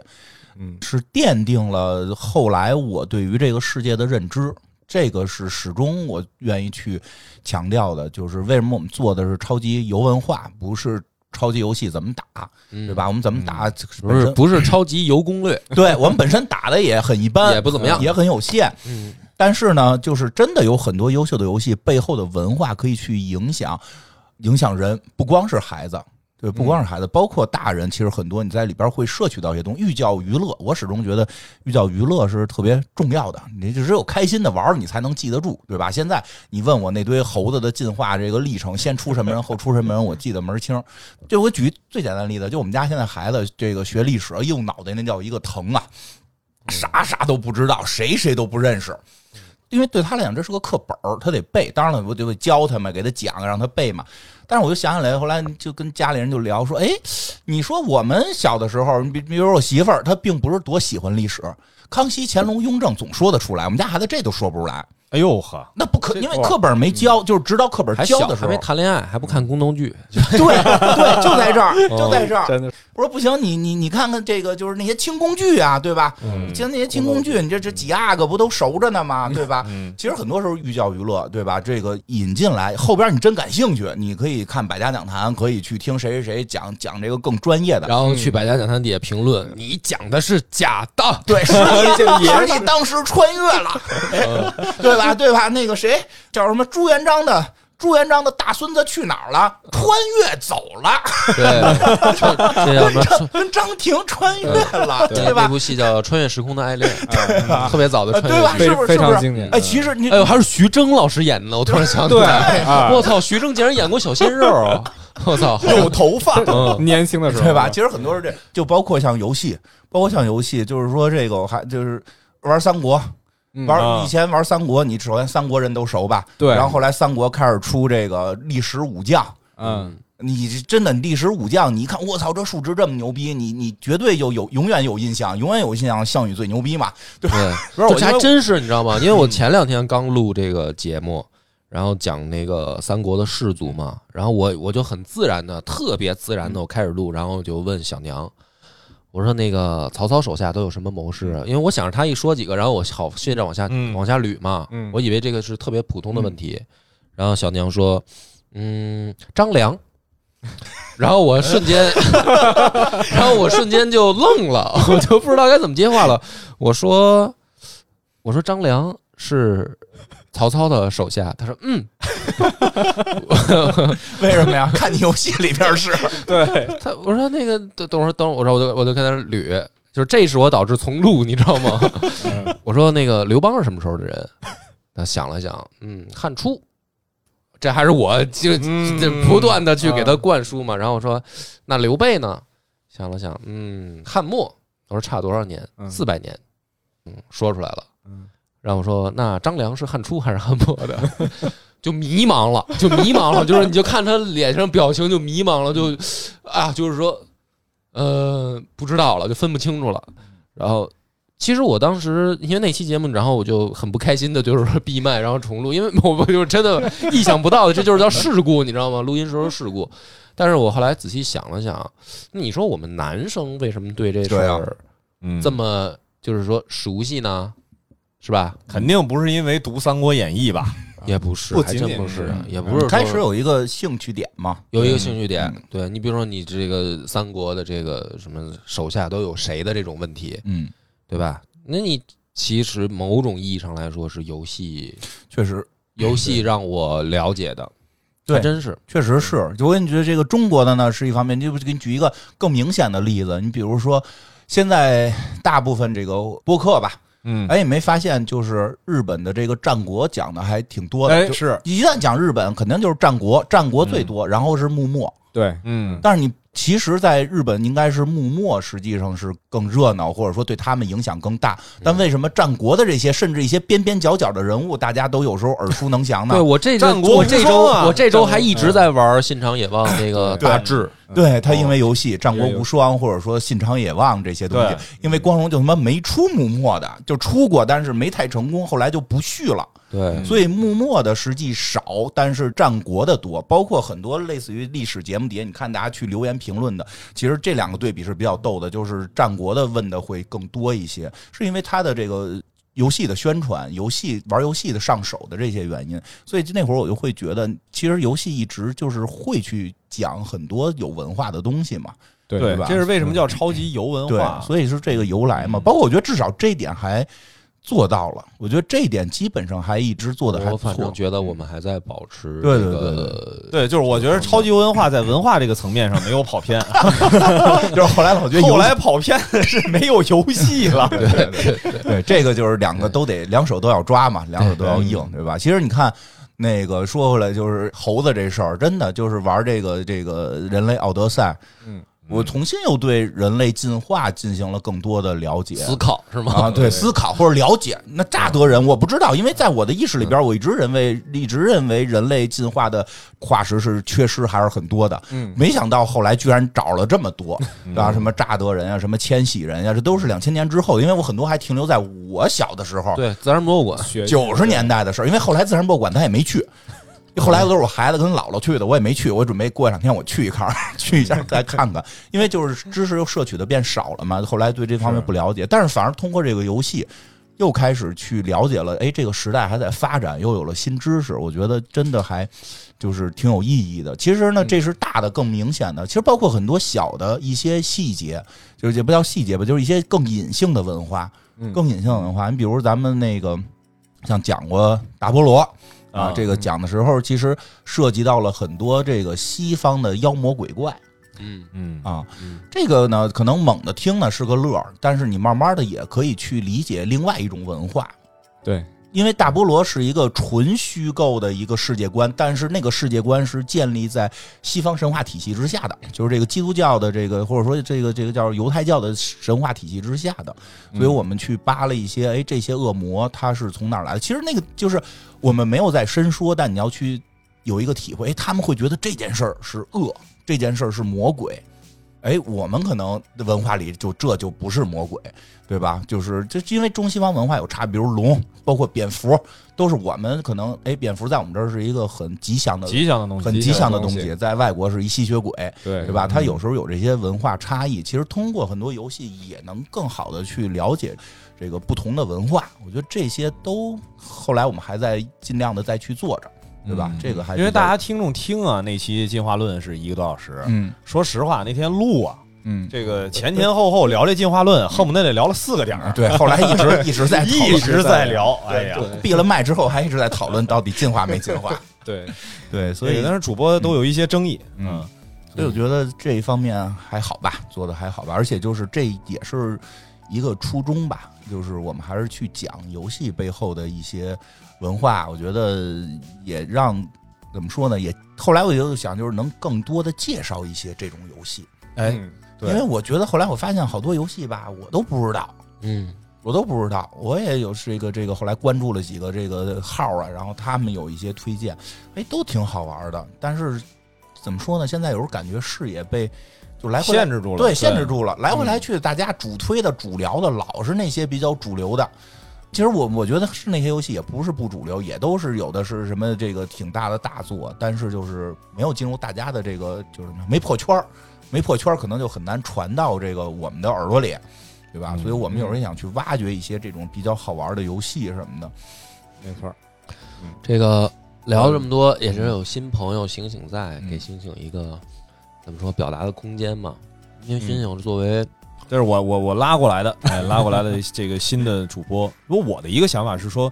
嗯，是奠定了后来我对于这个世界的认知。这个是始终我愿意去强调的，就是为什么我们做的是超级游文化，不是超级游戏怎么打，嗯对吧？我们怎么打，不本是身不是超级游攻略，对我们本身打的也很一般，也不怎么样也很有限。嗯，但是呢，就是真的有很多优秀的游戏背后的文化可以去影响影响人，不光是孩子。对，不光是孩子，包括大人，其实很多你在里边会摄取到一些东西。寓教于乐，我始终觉得寓教于乐是特别重要的。你只有开心的玩儿，你才能记得住，对吧？现在你问我那堆猴子的进化这个历程，先出什么人，后出什么人，我记得门儿清。就我举最简单的例子，就我们家现在孩子这个学历史，哎呦，脑袋那叫一个疼啊，嗯啥啥都不知道，谁谁都不认识。因为对他来讲，这是个课本儿，他得背。当然了，我就得教他嘛，给他讲，让他背嘛。但是我就想起来，后来就跟家里人就聊说，哎，你说我们小的时候，你比比如我媳妇儿，她并不是多喜欢历史，康熙、乾隆、雍正总说得出来，我们家孩子这都说不出来。哎呦呵，那不可，这嗯因为课本没教，就是直到课本还教小的时还候嗯没，谈恋爱，还不看宫斗剧，对对，就在这儿，哦就在这儿。真的是我说不行，你你你看看这个，就是那些清宫剧啊，对吧？嗯像那些清宫剧，你这这几阿哥不都熟着呢吗？对吧？嗯其实很多时候寓教于乐，对吧？这个引进来，后边你真感兴趣，你可以看百家讲坛，可以去听谁谁谁讲讲这个更专业的。然后去百家讲坛底下评嗯论，你讲的是假的。对，实际也实际当时穿越了， 对吧？对吧？那个谁叫什么朱元璋的？朱元璋的大孙子去哪儿了？穿越走了， 对，这这叫什么？跟张婷穿越了，对那吧？部戏叫《穿越时空的爱恋》，啊特别早的穿越对吧时是非不是非是不常是经典哎，。其实你空。 哎呦，还是徐峥老师演的呢！我突然想起对来，哎啊，我操，徐峥竟然演过小鲜肉啊！我操，有头发，嗯 年轻的时候啊对吧？？其实很多是这，就包括像游戏，包括像游戏，就是说这个我还就是玩三国，嗯玩啊以前玩三国，你首先三国人都熟吧？对然后后来三国开始出这个历史武将。嗯，你这真的历史武将，你一看我操，这数值这么牛逼，你你绝对就有永远有印象，永远有印象，项羽最牛逼嘛？对，不是我嗯这因还为真是你知道吗？因为我前两天刚录这个节目，然后讲那个三国的氏族嘛，然后我我就很自然的，特别自然嗯的，我开始录，然后我就问小娘，我说那个曹操手下都有什么谋士？啊因为我想着他一说几个，然后我好接着往下嗯往下捋嘛嗯，我以为这个是特别普通的问题，然后小娘说，嗯，张良。 然后我瞬间， 然后我瞬间就愣了， 我就不知道该怎么接话了。我说，我说张良是曹操的手下，他说嗯，为什么呀？看你游戏里边是，对， 他我说那个等等会儿等会儿，我说我就我就跟他捋，就是这是我导致重录，你知道吗？我说那个刘邦是什么时候的人？他想了想，嗯，汉初。这还是我就嗯就不断的去给他灌输嘛。然后我说，那刘备呢？想了想，嗯，汉末。我说差多少年？嗯四百年。嗯，说出来了。嗯然后我说，那张良是汉初还是汉末的？ 就迷茫了，就迷茫了，就是你就看他脸上表情就迷茫了，就啊，就是说，呃，不知道了，就分不清楚了。嗯然后，其实我当时因为那期节目，然后我就很不开心的，就是说闭麦然后重录，因为我我就真的意想不到的，这就是叫事故，你知道吗？录音时候事故。但是我后来仔细想了想，你说我们男生为什么对这事对啊儿嗯这么就是说熟悉呢？是吧？肯定不是因为读《三国演义》吧？也不是，不还仅真仅不是是，也不是说嗯开始有一个兴趣点嘛？有一个兴趣点，对你比如说你这个三国的这个什么手下都有谁的这种问题，嗯，对吧？那你其实某种意义上来说是游戏，确实，游戏让我了解的，对还真是确实是，就我跟你觉得这个中国的呢是一方面，就给你举一个更明显的例子，你比如说现在大部分这个播客吧，嗯，，哎，你没发现就是日本的这个战国讲的还挺多的，哎就是一旦讲日本，肯定就是战国，战国最多，然后是幕末，对，嗯，但是你其实在日本应该是幕末，实际上是更热闹，或者说对他们影响更大。但为什么战国的这些，甚至一些边边角角的人物，大家都有时候耳熟能详呢对？我这战周国我无这双周啊我这周还战国一直在玩《信长野望》那个对大志，对他嗯哦因为游戏《战国无双》或者说《信长野望》这些东西对，因为光荣就他妈没出幕末的，就出过，但是没太成功，后来就不续了。对所以幕末的实际少，但是战国的多，包括很多类似于历史节目底下，你看大家去留言评论的，其实这两个对比是比较逗的，就是战国的问的会更多一些，是因为它的这个。游戏的宣传，游戏玩游戏的上手的这些原因，所以那会儿我就会觉得，其实游戏一直就是会去讲很多有文化的东西嘛，对对吧这是为什么叫超级游文对化？，所以是这个由来嘛。包括我觉得至少这一点还做到了，我觉得这一点基本上还一直做的还我不反错正。觉得我们还在保持对这对对个对，就是我觉得超级游文化在文化这个层面上没有跑偏， 就是后来老觉得游戏后来跑偏的是没有游戏 了。对这个就是两个都得两手都要抓嘛，两手都要硬，对吧？其实你看。那个说回来就是猴子这事儿，真的就是玩这个这个人类奥德赛，嗯，我重新又对人类进化进行了更多的了解思考是吗？啊，对思考或者了解。那乍得人我不知道，因为在我的意识里边，我一直认为一直认为人类进化的化石是缺失还是很多的，嗯，没想到后来居然找了这么多，对吧？什么乍得人啊，什么千禧人呀、这都是两千年之后，因为我很多还停留在我小的时 候，对，自然博物馆学九十年代的事儿。因为后来自然博物馆咱也没去，后来都是我孩子跟姥姥去的，我也没去。我准备过两天我去一趟， 去一下再看看，因为就是知识又摄取的变少了嘛，后来对这方面不了解，但是反而通过这个游戏。又开始去了解了，哎，这个时代还在发展，又有了新知识，我觉得真的还就是挺有意义的。其实呢，这是大的更明显的，其实包括很多小的一些细节，就是也不叫细节吧，就是一些更隐性的文化，嗯更隐性的文化。你比如咱们那个像讲过大菠萝。啊啊，这个讲的时候，其实涉及到了很多这个西方的妖魔鬼怪嗯嗯啊嗯。这个呢，可能猛的听呢是个乐儿，但是你慢慢的也可以去理解另外一种文化，对因为大菠萝是一个纯虚构的一个世界观，但是那个世界观是建立在西方神话体系之下的，就是这个基督教的这个或者说这个这个叫犹太教的神话体系之下的，所以我们去扒了一些，哎，这些恶魔它是从哪儿来的？其实那个就是我们没有在深说，但你要去有一个体会，哎，他们会觉得这件事儿是恶，这件事儿是魔鬼。哎，我们可能文化里就这就不是魔鬼，对吧？就是这因为中西方文化有差，比如龙，包括蝙蝠，都是我们可能哎，蝙蝠在我们这儿是一个很吉祥的、吉祥的东西，很吉祥的东吉祥西，在外国是一吸血鬼，对对吧？嗯它有时候有这些文化差异，其实通过很多游戏也能更好的去了解这个不同的文化。我觉得这些都后来我们还在尽量的再去做着，对吧？嗯这个还因为比较大家听众听啊，那期进化论是一个多小时。嗯说实话，那天录啊，嗯这个 前前后后聊这进化论，恨不得得聊了四个点儿，对，后来一直 一直在讨论一直在聊。哎对呀，就闭了麦之后还一直在讨论到底进化没进化。对对，所所以以但是主播都有一些争议，嗯，所以我觉得这一方面还好吧，做的还好吧，而且就是这也是一个初衷吧，就是我们还是去讲游戏背后的一些文化，我觉得也让怎么说呢，也后来我就想就是能更多的介绍一些这种游戏，哎嗯因为我觉得后来我发现好多游戏吧，我都不知道。嗯，我都不知道，我也有这个这个，后来关注了几个这个号啊，然后他们有一些推荐，哎，都挺好玩的。但是怎么说呢？现在有时候感觉视野被就来回来限制住了，对限制住了，来回来去的，大家主推的、主聊的老是那些比较主流的。其实我我觉得是那些游戏也不是不主流，也都是有的是什么这个挺大的大作，但是就是没有进入大家的这个就是没破圈儿，没破圈儿可能就很难传到这个我们的耳朵里，对吧？嗯所以我们有时候也想去挖掘一些这种比较好玩的游戏什么的。没错儿，这个聊这么多嗯也是有新朋友醒醒在，嗯给醒醒一个怎么说表达的空间嘛。因为嗯醒醒作为这是我我我拉过来的，哎，拉过来的这个新的主播。如果我的一个想法是说，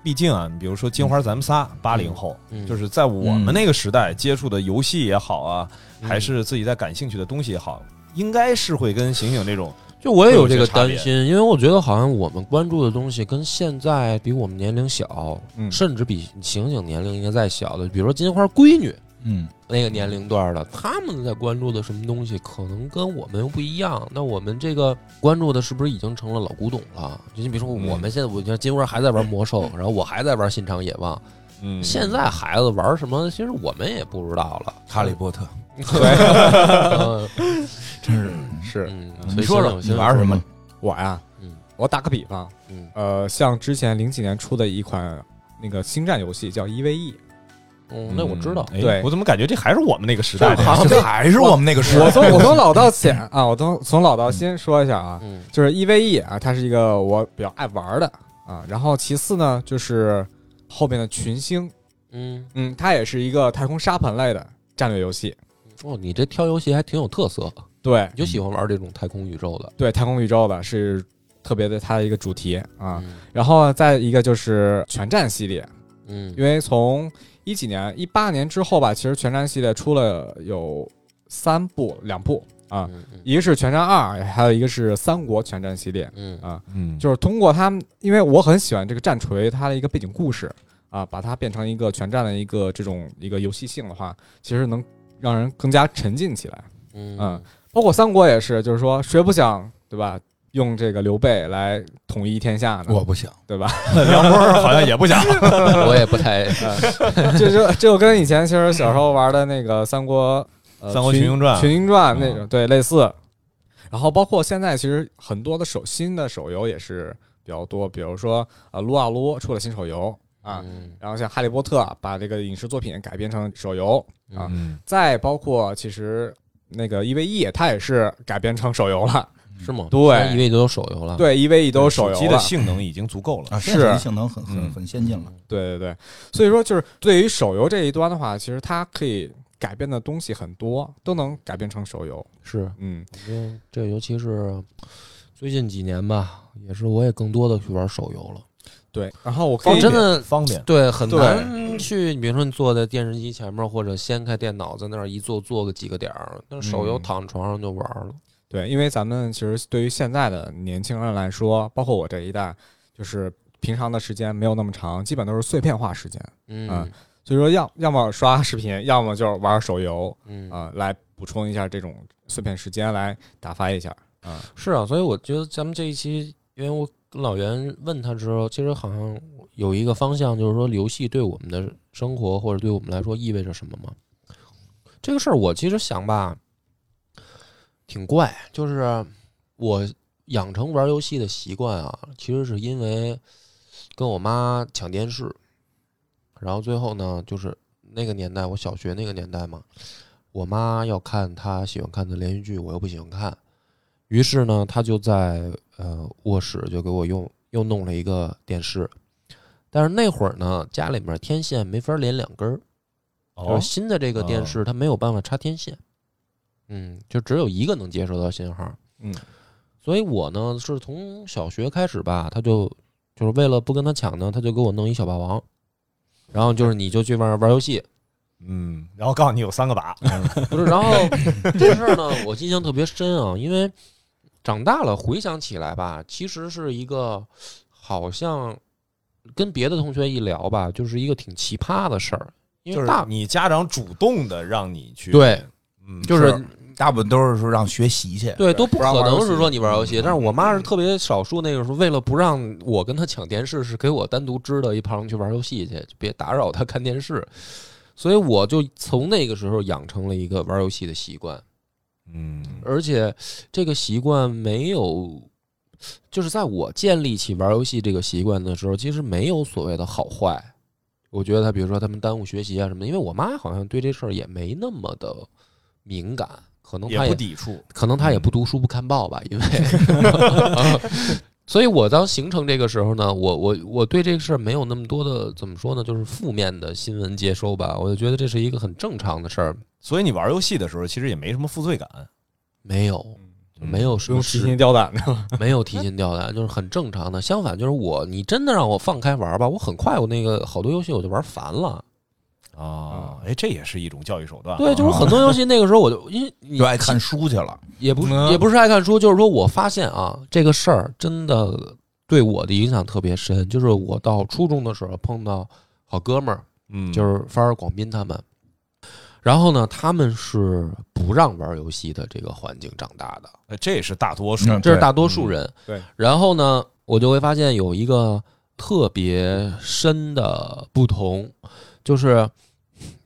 毕竟啊，你比如说金花，咱们仨八零后，嗯就是在我嗯们那个时代接触的游戏也好啊，嗯还是自己在感兴趣的东西也好，应该是会跟醒醒这种就我也有这会有个些差别担心，因为我觉得好像我们关注的东西跟现在比我们年龄小，嗯甚至比醒醒年龄应该再小的，比如说金花闺女嗯那个年龄段的，他们在关注的什么东西，可能跟我们又不一样。那我们这个关注的是不是已经成了老古董了？就你比如说，嗯我们现在，我觉得金花还在玩魔兽，然后我还在玩信长野望，嗯，现在孩子玩什么，其实我们也不知道了。哈利波特嗯真是，是嗯，你说说你玩什么？？我呀，嗯我打个比方，嗯呃，像之前零几年出的一款那个星战游戏叫 EVE，嗯，那我知道。哎对我怎么感觉这还是我们那个时代的？好像还是我们那个时代我从 我从老到浅啊，我从从老到新说一下啊，嗯就是 EVE 啊，它是一个我比较爱玩的啊。然后其次呢，就是后面的群星，嗯，嗯，它也是一个太空沙盘类的战略游戏。哦，你这挑游戏还挺有特色，对你就喜欢玩这种太空宇宙的对，太空宇宙的是特别的它的一个主题啊。，然后再一个就是全战系列，嗯，因为从一几年一八年之后吧，其实全战系列出了有三部两部啊，嗯嗯一个是全战二，还有一个是三国全战系列。嗯啊嗯，就是通过他们，因为我很喜欢这个战锤它的一个背景故事啊，把它变成一个全站的一个这种一个游戏性的话，其实能让人更加沉浸起来。嗯啊嗯包括三国也是，就是说谁不想对吧？用这个刘备来统一天下呢，我不行，对吧？梁波 儿好像也不想，嗯我也不太，这 就这就跟以前其实小时候玩的那个三国，呃、三国群群英传群英传嗯那种，对，类似。然后包括现在其实很多的手新的手游也是比较多，比如说呃撸啊撸出了新手游啊，嗯然后像《哈利波特》把这个影视作品改编成手游，啊嗯，再包括其实那个 EVE 它也是改编成手游了，是吗？对现在因为都有手游了，对，EVE 都是手手机游的了，性能已经足够了。啊，现在手机是性能很很嗯很先进了。对对对，所以说就是对于手游这一端的话，其实它可以改编的东西很多，都能改编成手游，是，嗯，嗯，这尤其是最近几年吧，也是我也更多的去玩手游了。对。然后我可哦，以真的方便，对，很对难去。你比如说，你坐在电视机前面，或者掀开电脑，在那儿一坐坐个几个点儿，但是手游嗯躺床上就玩了。对，因为咱们其实对于现在的年轻人来说，包括我这一代，就是平常的时间没有那么长，基本都是碎片化时间，嗯啊所以说要要么刷视频，要么就是玩手游，嗯啊、来补充一下这种碎片时间，来打发一下。是啊，所以我觉得咱们这一期，因为我跟老袁问他之后，其实好像有一个方向，就是说游戏对我们的生活或者对我们来说意味着什么吗？这个事儿我其实想吧，挺怪，就是我养成玩游戏的习惯啊，其实是因为跟我妈抢电视，然后最后呢，就是那个年代，我小学那个年代嘛，我妈要看她喜欢看的连续剧，我又不喜欢看，于是呢，她就在呃卧室就给我用又弄了一个电视，但是那会儿呢，家里面天线没法连两根儿，就哦是，新的这个电视它没有办法插天线，嗯，就只有一个能接收到信号，嗯，所以我呢是从小学开始吧，他就就是为了不跟他抢呢，他就给我弄一小霸王，然后就是你就去玩玩游戏，嗯，然后告诉你有三个把，不是，然后这事儿呢，我印象特别深啊，因为长大了回想起来吧，其实是一个好像跟别的同学一聊吧，就是一个挺奇葩的事儿，因就为是大、你家长主动的让你去，对，嗯，就是是大部分都是说让学习去，对，都不不让可玩游能戏嗯是说你玩游戏，但是我妈是特别少数那个时候，为了不让我跟她抢电视，是给我单独支的一旁去玩游戏去，就别打扰她看电视。所以我就从那个时候养成了一个玩游戏的习惯，嗯，而且这个习惯没有，就是在我建立起玩游戏这个习惯的时候，其实没有所谓的好坏。我觉得他，比如说他们耽误学习啊什么的，因为我妈好像对这事儿也没那么的敏感，可能也她不抵触，可能他也不读书不看报吧，因为， 啊所以我当形成这个时候呢，我我我对这个事儿没有那么多的怎么说呢，就是负面的新闻接收吧，我就觉得这是一个很正常的事儿，所以你玩游戏的时候其实也没什么负罪感，没有，嗯就没有什不么用实提心吊胆的。 没有提心吊胆， 就是很正常的。相反，就是我，你真的让我放开玩吧，我很快我那个好多游戏我就玩烦了。啊，哎，这也是一种教育手段啊。对，就是很多游戏那个时候我就因为你就爱看书去了。也不嗯也不是爱看书，就是说我发现啊，这个事儿真的对我的影响特别深。就是我到初中的时候碰到好哥们儿，嗯，就是发儿广斌他们，然后呢，他们是不让玩游戏的这个环境长大的，哎这也是大多数。嗯这是对大多数人。对，然后呢，我就会发现有一个特别深的不同，就是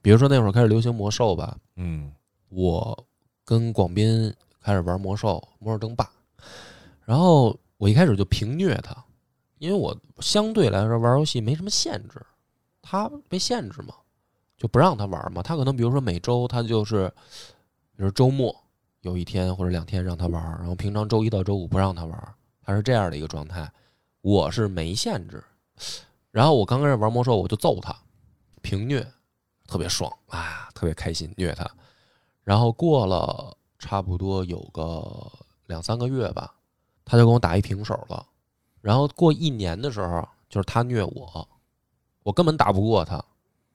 比如说那会儿开始流行魔兽吧，嗯，我跟广斌开始玩魔兽，魔兽争霸，然后我一开始就平虐他，因为我相对来说玩游戏没什么限制，他被限制嘛，就不让他玩嘛。他可能比如说每周他就是，比如周末有一天或者两天让他玩，然后平常周一到周五不让他玩，他是这样的一个状态。我是没限制，然后我刚开始玩魔兽我就揍他，平虐，特别爽啊，特别开心虐他。然后过了差不多有个两三个月吧，他就跟我打一平手了。然后过一年的时候，就是他虐我，我根本打不过他。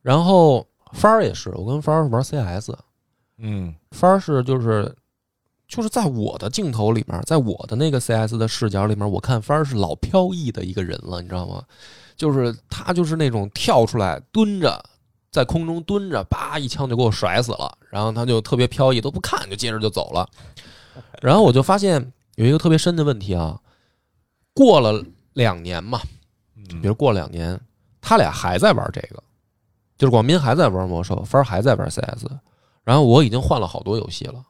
然后帆儿也是，我跟帆儿玩 CS，嗯，帆儿是就是就是在我的镜头里面，在我的那个 CS 的视角里面，我看帆儿是老飘逸的一个人了，你知道吗？就是他就是那种跳出来蹲着。在空中蹲着，叭一枪就给我甩死了，然后他就特别飘逸，都不看，就接着就走了。然后我就发现有一个特别深的问题啊，过了两年嘛，嗯比如过了两年，他俩还在玩这个，就是广斌还在玩魔兽，帆儿还在玩 CS，然后我已经换了好多游戏了，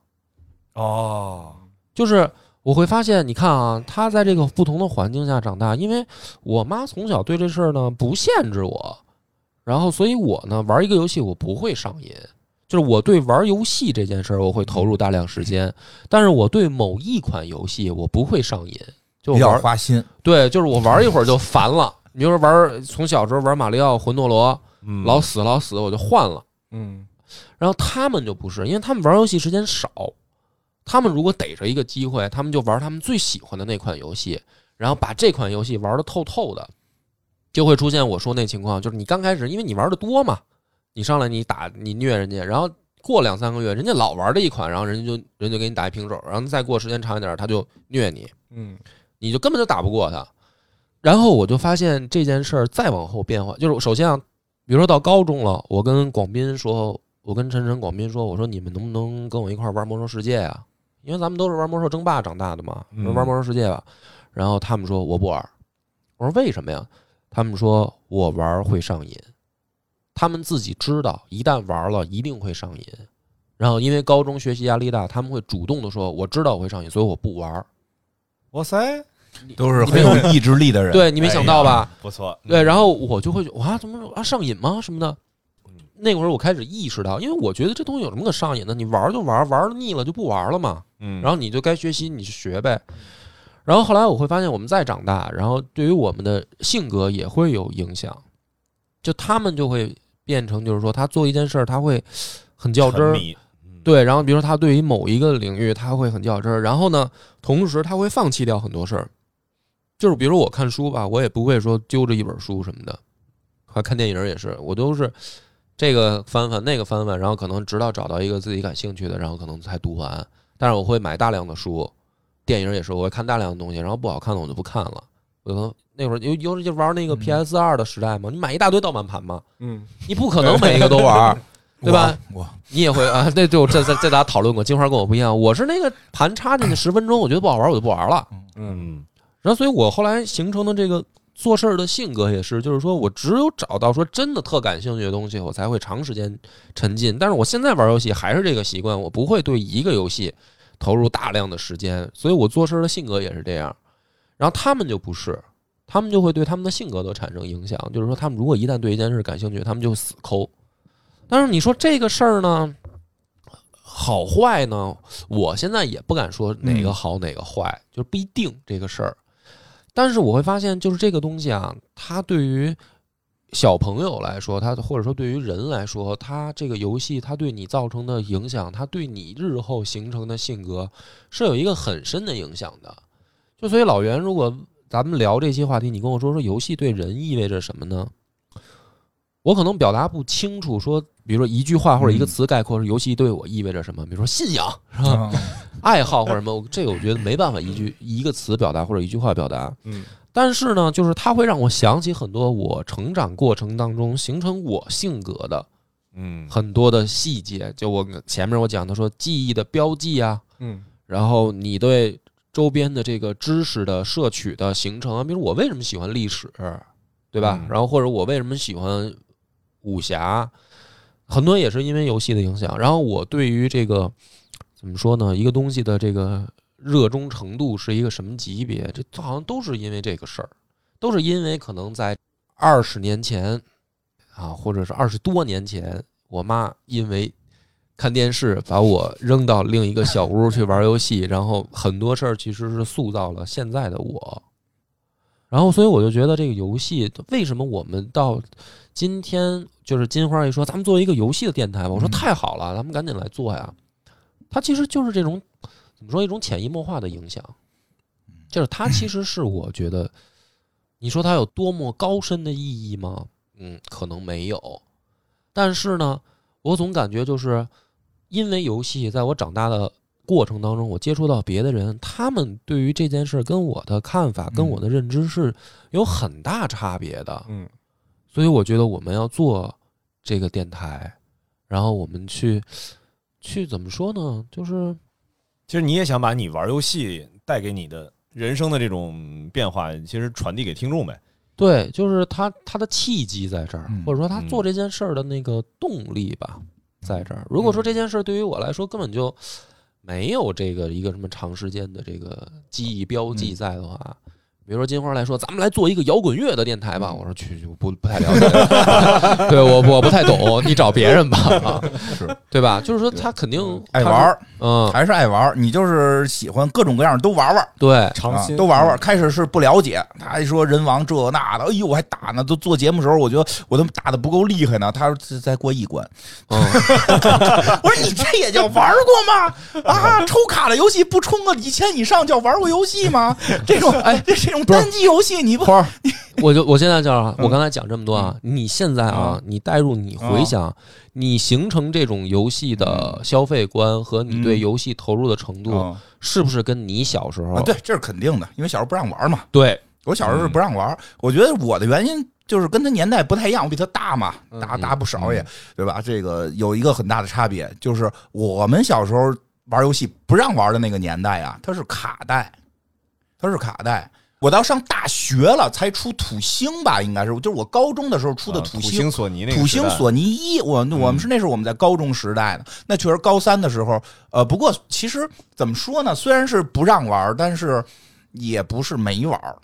哦，就是我会发现，你看啊，他在这个不同的环境下长大，因为我妈从小对这事儿呢不限制我，然后所以我呢玩一个游戏我不会上瘾，就是我对玩游戏这件事儿我会投入大量时间，但是我对某一款游戏我不会上瘾，就比我较玩花心，对，就是我玩一会儿就烦了。你比如说玩从小时候玩马里奥、魂斗罗，嗯老死老死我就换了。嗯，然后他们就不是，因为他们玩游戏时间少，他们如果逮着一个机会，他们就玩他们最喜欢的那款游戏，然后把这款游戏玩的透透的，就会出现我说那情况，就是你刚开始因为你玩的多嘛，你上来你打你虐人家，然后过两三个月人家老玩这一款，然后人家就人家就给你打一平手，然后再过时间长一点他就虐你，嗯，你就根本就打不过他。然后我就发现这件事儿再往后变化，就是首先啊，比如说到高中了，我跟广斌说，我跟晨晨、广斌说，我说你们能不能跟我一块儿玩魔兽世界啊？因为咱们都是玩魔兽争霸长大的嘛，嗯我说玩魔兽世界吧。然后他们说我不玩，我说为什么呀？他们说我玩会上瘾，他们自己知道，一旦玩了一定会上瘾。然后因为高中学习压力大，他们会主动的说我知道我会上瘾，所以我不玩儿。哇塞，都是很有意志力的人。对你没想到吧？不错，对，嗯然后我就会觉得哇，怎么啊上瘾吗什么的嗯？那会儿我开始意识到，因为我觉得这东西有什么可上瘾的？你玩就玩，玩腻了就不玩了嘛。嗯，然后你就该学习，你就学呗。然后后来我会发现，我们再长大，然后对于我们的性格也会有影响。就他们就会变成，就是说他做一件事儿，他会很较真儿沉，迷，嗯，对，然后比如说他对于某一个领域他会很较真儿，然后呢，同时他会放弃掉很多事儿，就是比如我看书吧，我也不会说揪着一本书什么的，还看电影儿也是，我都是这个翻翻那个翻翻，然后可能直到找到一个自己感兴趣的，然后可能才读完。但是我会买大量的书，电影儿也是，我会看大量的东西，然后不好看的我就不看了。我可能那会儿尤尤其玩那个嗯 PS 二的时代嘛，你买一大堆盗版盘嘛，嗯，你不可能每一个都玩 儿，我，对吧我你也会啊？对对，我这这这咱讨论过，金花跟我不一样，我是那个盘插进去十分钟，我觉得不好玩，我就不玩了。嗯，嗯，然后，所以我后来形成的这个做事儿的性格也是，就是说我只有找到说真的特感兴趣的东西，我才会长时间沉浸。但是我现在玩游戏还是这个习惯，我不会对一个游戏投入大量的时间，所以我做事儿的性格也是这样。然后他们就不是，他们就会对他们的性格都产生影响。就是说，他们如果一旦对一件事感兴趣，他们就死抠。但是你说这个事儿呢，好坏呢？我现在也不敢说哪个好哪个坏，就是不一定这个事儿。但是我会发现，就是这个东西啊，它对于小朋友来说，他或者说对于人来说，他这个游戏他对你造成的影响，他对你日后形成的性格是有一个很深的影响的。就所以老袁，如果咱们聊这些话题，你跟我说说游戏对人意味着什么呢？我可能表达不清楚说，比如说一句话或者一个词概括是游戏对我意味着什么，比如说信仰、嗯爱好或者什么，这个我觉得没办法一句一个词表达或者一句话表达。嗯，但是呢，就是它会让我想起很多我成长过程当中形成我性格的嗯，很多的细节。就我前面我讲的说记忆的标记啊，嗯然后你对周边的这个知识的摄取的形成啊，比如我为什么喜欢历史，对吧？嗯然后或者我为什么喜欢武侠，很多也是因为游戏的影响。然后我对于这个怎么说呢，一个东西的这个热衷程度是一个什么级别，这好像都是因为这个事儿，都是因为可能在二十年前啊，或者是二十多年前，我妈因为看电视，把我扔到另一个小屋去玩游戏，然后很多事儿其实是塑造了现在的我。然后，所以我就觉得这个游戏为什么我们到今天就是金花一说，咱们做一个游戏的电台吧，我说嗯太好了，咱们赶紧来做呀。它其实就是这种怎么说一种潜移默化的影响，就是它其实是我觉得，你说它有多么高深的意义吗？嗯，可能没有，但是呢，我总感觉就是因为游戏，在我长大的过程当中，我接触到别的人，他们对于这件事儿跟我的看法、跟我的认知是有很大差别的。嗯所以我觉得我们要做这个电台，然后我们去去怎么说呢？就是其实你也想把你玩游戏带给你的人生的这种变化，其实传递给听众呗。对，就是他他的契机在这儿，嗯或者说他做这件事儿的那个动力吧，在这儿。如果说这件事儿对于我来说根本就没有这个一个什么长时间的这个记忆标记在的话。比如说金花来说，咱们来做一个摇滚乐的电台吧。我说去，去我不不太了解，嗯对我我不太 懂，你找别人吧，啊，是对吧？就是说他肯定 爱玩，儿，嗯，还是爱玩儿，你就是喜欢各种各样都玩玩。对，尝啊新、都嗯玩玩。开始是不了解，他一说人王这那的，哎呦，我还打呢。都做节目时候，我觉得我都打的不够厉害呢。他说这才过一关， 嗯，我说你这也叫玩过吗？ 啊，抽卡的游戏不充个一千以上叫玩过游戏吗？这种哎，这这种单机游戏你不花儿我就我现在就是嗯啊，我刚才讲这么多啊，你现在啊，你带入你嗯回想，你形成这种游戏的消费观和你嗯对游戏投入的程度，啊，是不是跟你小时候对，这是肯定的，因为小时候不让玩嘛。对我小时候是不让玩儿，我觉得我的原因就是跟他年代不太一样，我比他大嘛，嗯大大不少也，对吧？这个有一个很大的差别，就是我们小时候玩游戏不让玩的那个年代啊，它是卡带，它是卡带。我到上大学了才出土星吧，应该是，就是我高中的时候出的啊土土星，索尼那个土时星代索尼一，我我嗯们是那是我们在高中时代的，那确实高三的时候，呃，不过其实怎么说呢，虽然是不让玩儿，但是也不是没玩儿。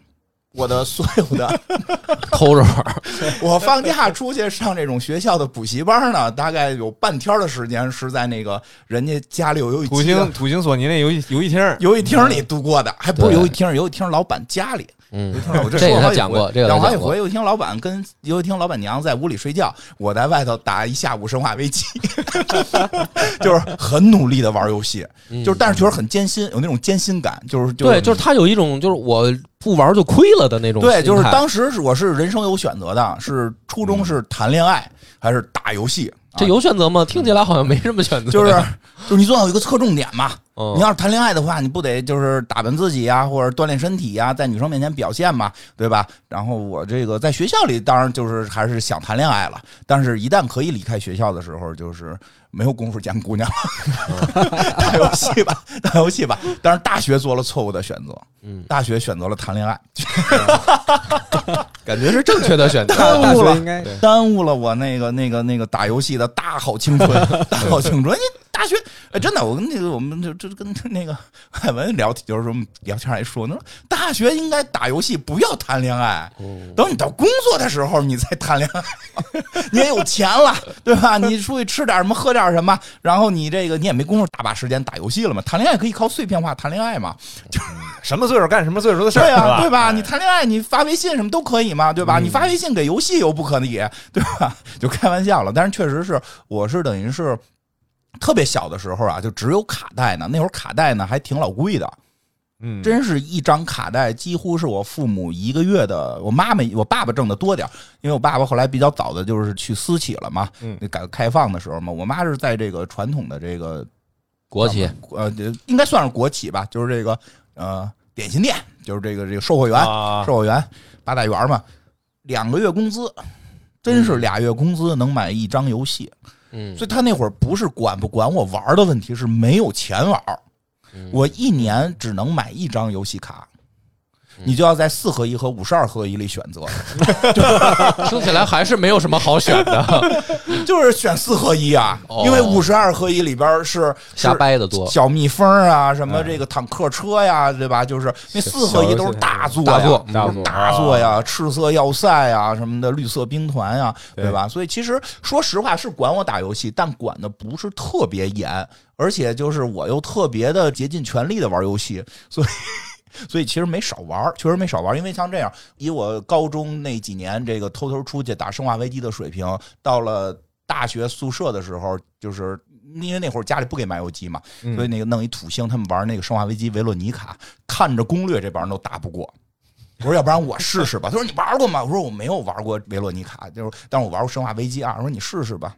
我的所有的， 偷着玩儿？我放假出去上这种学校的补习班呢，大概有半天儿的时间是在那个人家家里有游戏土机的星土星索尼那游戏游戏厅儿，游戏厅里度过的，还不是对游戏厅，游戏厅老板家里。 嗯，我这说个了他好几讲过回这个他讲好几讲过回。游戏厅老板跟游戏厅老板娘在屋里睡觉，我在外头打一下午生化 危机， 就是很努力的玩游戏，嗯就是但是确实很艰辛，有那种艰辛感，就是就是对，就是他有一种就是我不玩就亏了的那种心态，嗯对，就是当时是我是人生有选择的，是初中是谈恋爱还是打游戏，啊这有选择吗？听起来好像没什么选择，就是就是你总要有一个侧重点嘛，嗯你要是谈恋爱的话，你不得就是打扮自己呀、或者锻炼身体呀、啊在女生面前表现嘛，对吧？然后我这个在学校里，当然就是还是想谈恋爱了，但是一旦可以离开学校的时候，就是没有功夫见姑娘 了，打游戏吧，打游戏吧。但是大学做了错误的选择，嗯，大学选择了谈恋爱，感觉是正确的选 择。耽大误了学应该耽误了我那个那个那个打游戏的大好青春，大好青春。你大学哎，真的，我跟那个我们就就跟那个艾文聊，就是说聊天还说，那大学应该打游戏，不要谈恋爱。哦等你到工作的时候，你再谈恋爱， 你也有钱了，对吧？你出去吃点什么，喝点什么，然后你这个你也没工夫大把时间打游戏了嘛。谈恋爱可以靠碎片化谈恋爱嘛，什么岁数干什么岁数的事儿，对是啊，吧？嗯对吧？你谈恋爱，你发微信什么都可以嘛，对吧？你发微信给游戏又不可以，对吧？ 就开玩笑了。但是确实是，我是等于是特别小的时候啊，就只有卡带呢。那会儿卡带呢还挺老贵的，嗯，真是一张卡带几乎是我父母一个月的，我妈妈我爸爸挣的多点儿，因为我爸爸后来比较早的就是去私企了嘛，嗯那改革开放的时候嘛，我妈是在这个传统的这个国企呃应该算是国企吧，就是这个呃点心店，就是这个这个售货员。啊，售货员八大员嘛，两个月工资，真是俩月工资能买一张游戏。嗯所以他那会儿不是管不管我玩的问题，是没有钱玩儿。嗯我一年只能买一张游戏卡，嗯你就要在四合一和五十二合一里选择， 听起来还是没有什么好选的， 就是选四合一啊，哦因为五十二合一里边是瞎是掰的多。哎小蜜蜂啊，什么这个坦克车呀，对吧？就是那四合一都是大作呀，大作大啊都作是大作呀，赤色要塞呀，什么的，绿色兵团呀，对对吧？所以其实说实话是管我打游戏，但管的不是特别严，而且就是我又特别的竭尽全力的玩游戏，所以。所以其实没少玩儿，确实没少玩儿。因为像这样，以我高中那几年这个偷偷出去打《生化危机》的水平，到了大学宿舍的时候，就是因为那会儿家里不给买游机嘛，嗯所以那个弄一土星，他们玩那个《生化危机》维洛尼卡，看着攻略这帮人都打不过。我说要不然我试试吧。他说你玩过吗？我说我没有玩过维洛尼卡，就是但是我玩过《生化危机二》。我说你试试吧。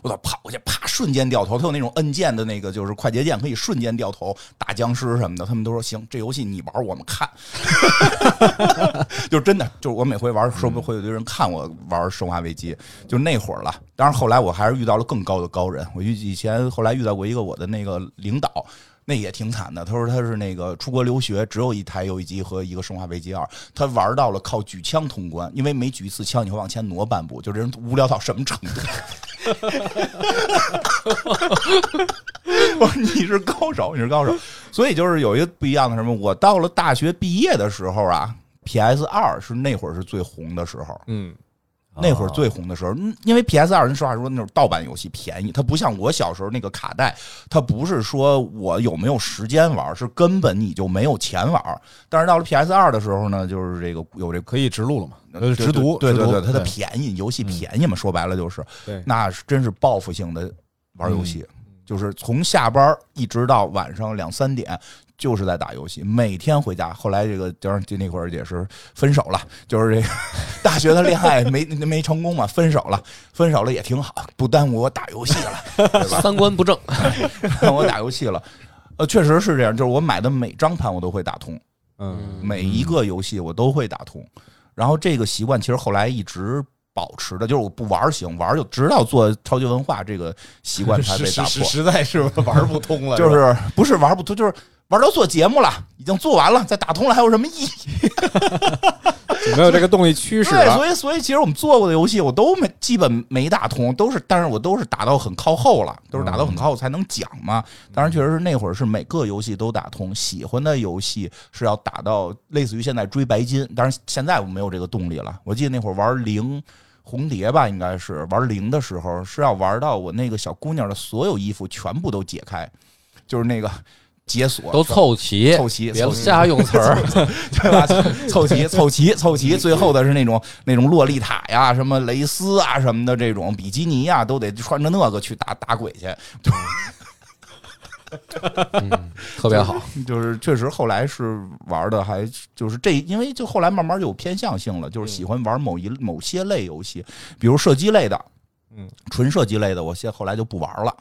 我操，跑过去，啪，瞬间掉头。他有那种按键的那个，就是快捷键，可以瞬间掉头打僵尸什么的。他们都说行，这游戏你玩，我们看。就真的，就是我每回玩，说不定会有的人看我玩《生化危机》，就那会儿了。当然后来我还是遇到了更高的高人。我以前后来遇到过一个我的那个领导，那也挺惨的。他说他是那个出国留学，只有一台游戏机和一个《生化危机二》，他玩到了靠举枪通关，因为每举一次枪你会往前挪半步，就这人无聊到什么程度。 我说你是高手，你是高手，所以就是有一个不一样的什么？我到了大学毕业的时候啊，PS 二是那会儿是最红的时候，嗯，哦那啊会儿最红的时候，嗯因为 PS 二，人说话说那种盗版游戏便宜，它不像我小时候那个卡带，它不是说我有没有时间玩，是根本你就没有钱玩。但是到了 PS 二的时候呢，就是这个有这可以植入了嘛？对呃，直读，对对直对，读嗯它的便宜，游戏便宜嘛，说白了就是，对那是真是报复性的玩游戏，就是从下班一直到晚上两三点。就是在打游戏，每天回家。后来这个加上就那会儿也是分手了，就是这个大学的恋爱没没成功嘛，分手了，分手了也挺好，不耽误我打游戏了。 三观不正，让我打游戏了。呃，确实是这样，就是我买的每张盘我都会打通，嗯每一个游戏我都会打通。然后这个习惯其实后来一直保持的，就是我不玩儿行，玩儿就直到做超级文化这个习惯才被实打实破。实在是玩不通了，就是吧是不是玩儿不通，就是玩儿到做节目了，已经做完了，再打通了还有什么意义？没有这个动力驱使对，了。所以所以其实我们做过的游戏我都没基本没打通，都是但是我都是打到很靠后了，都是打到很靠后才能讲嘛。当然确实是那会儿是每个游戏都打通，喜欢的游戏是要打到类似于现在追白金，当然现在我没有这个动力了。我记得那会儿玩零。红蝶吧，应该是玩零的时候，是要玩到我那个小姑娘的所有衣服全部都解开，就是那个解锁都凑齐，凑齐别凑齐瞎用词儿。 对吧？ 凑齐，凑齐，凑齐，最后的是那种那种洛丽塔呀、什么蕾丝啊、什么的这种比基尼呀，都得穿着那个去打打鬼去。特别好，就是确实后来是玩的还就是这，因为就后来慢慢就有偏向性了，就是喜欢玩某一某些类游戏，比如射击类的，嗯，纯射击类的，我现后来就不玩了，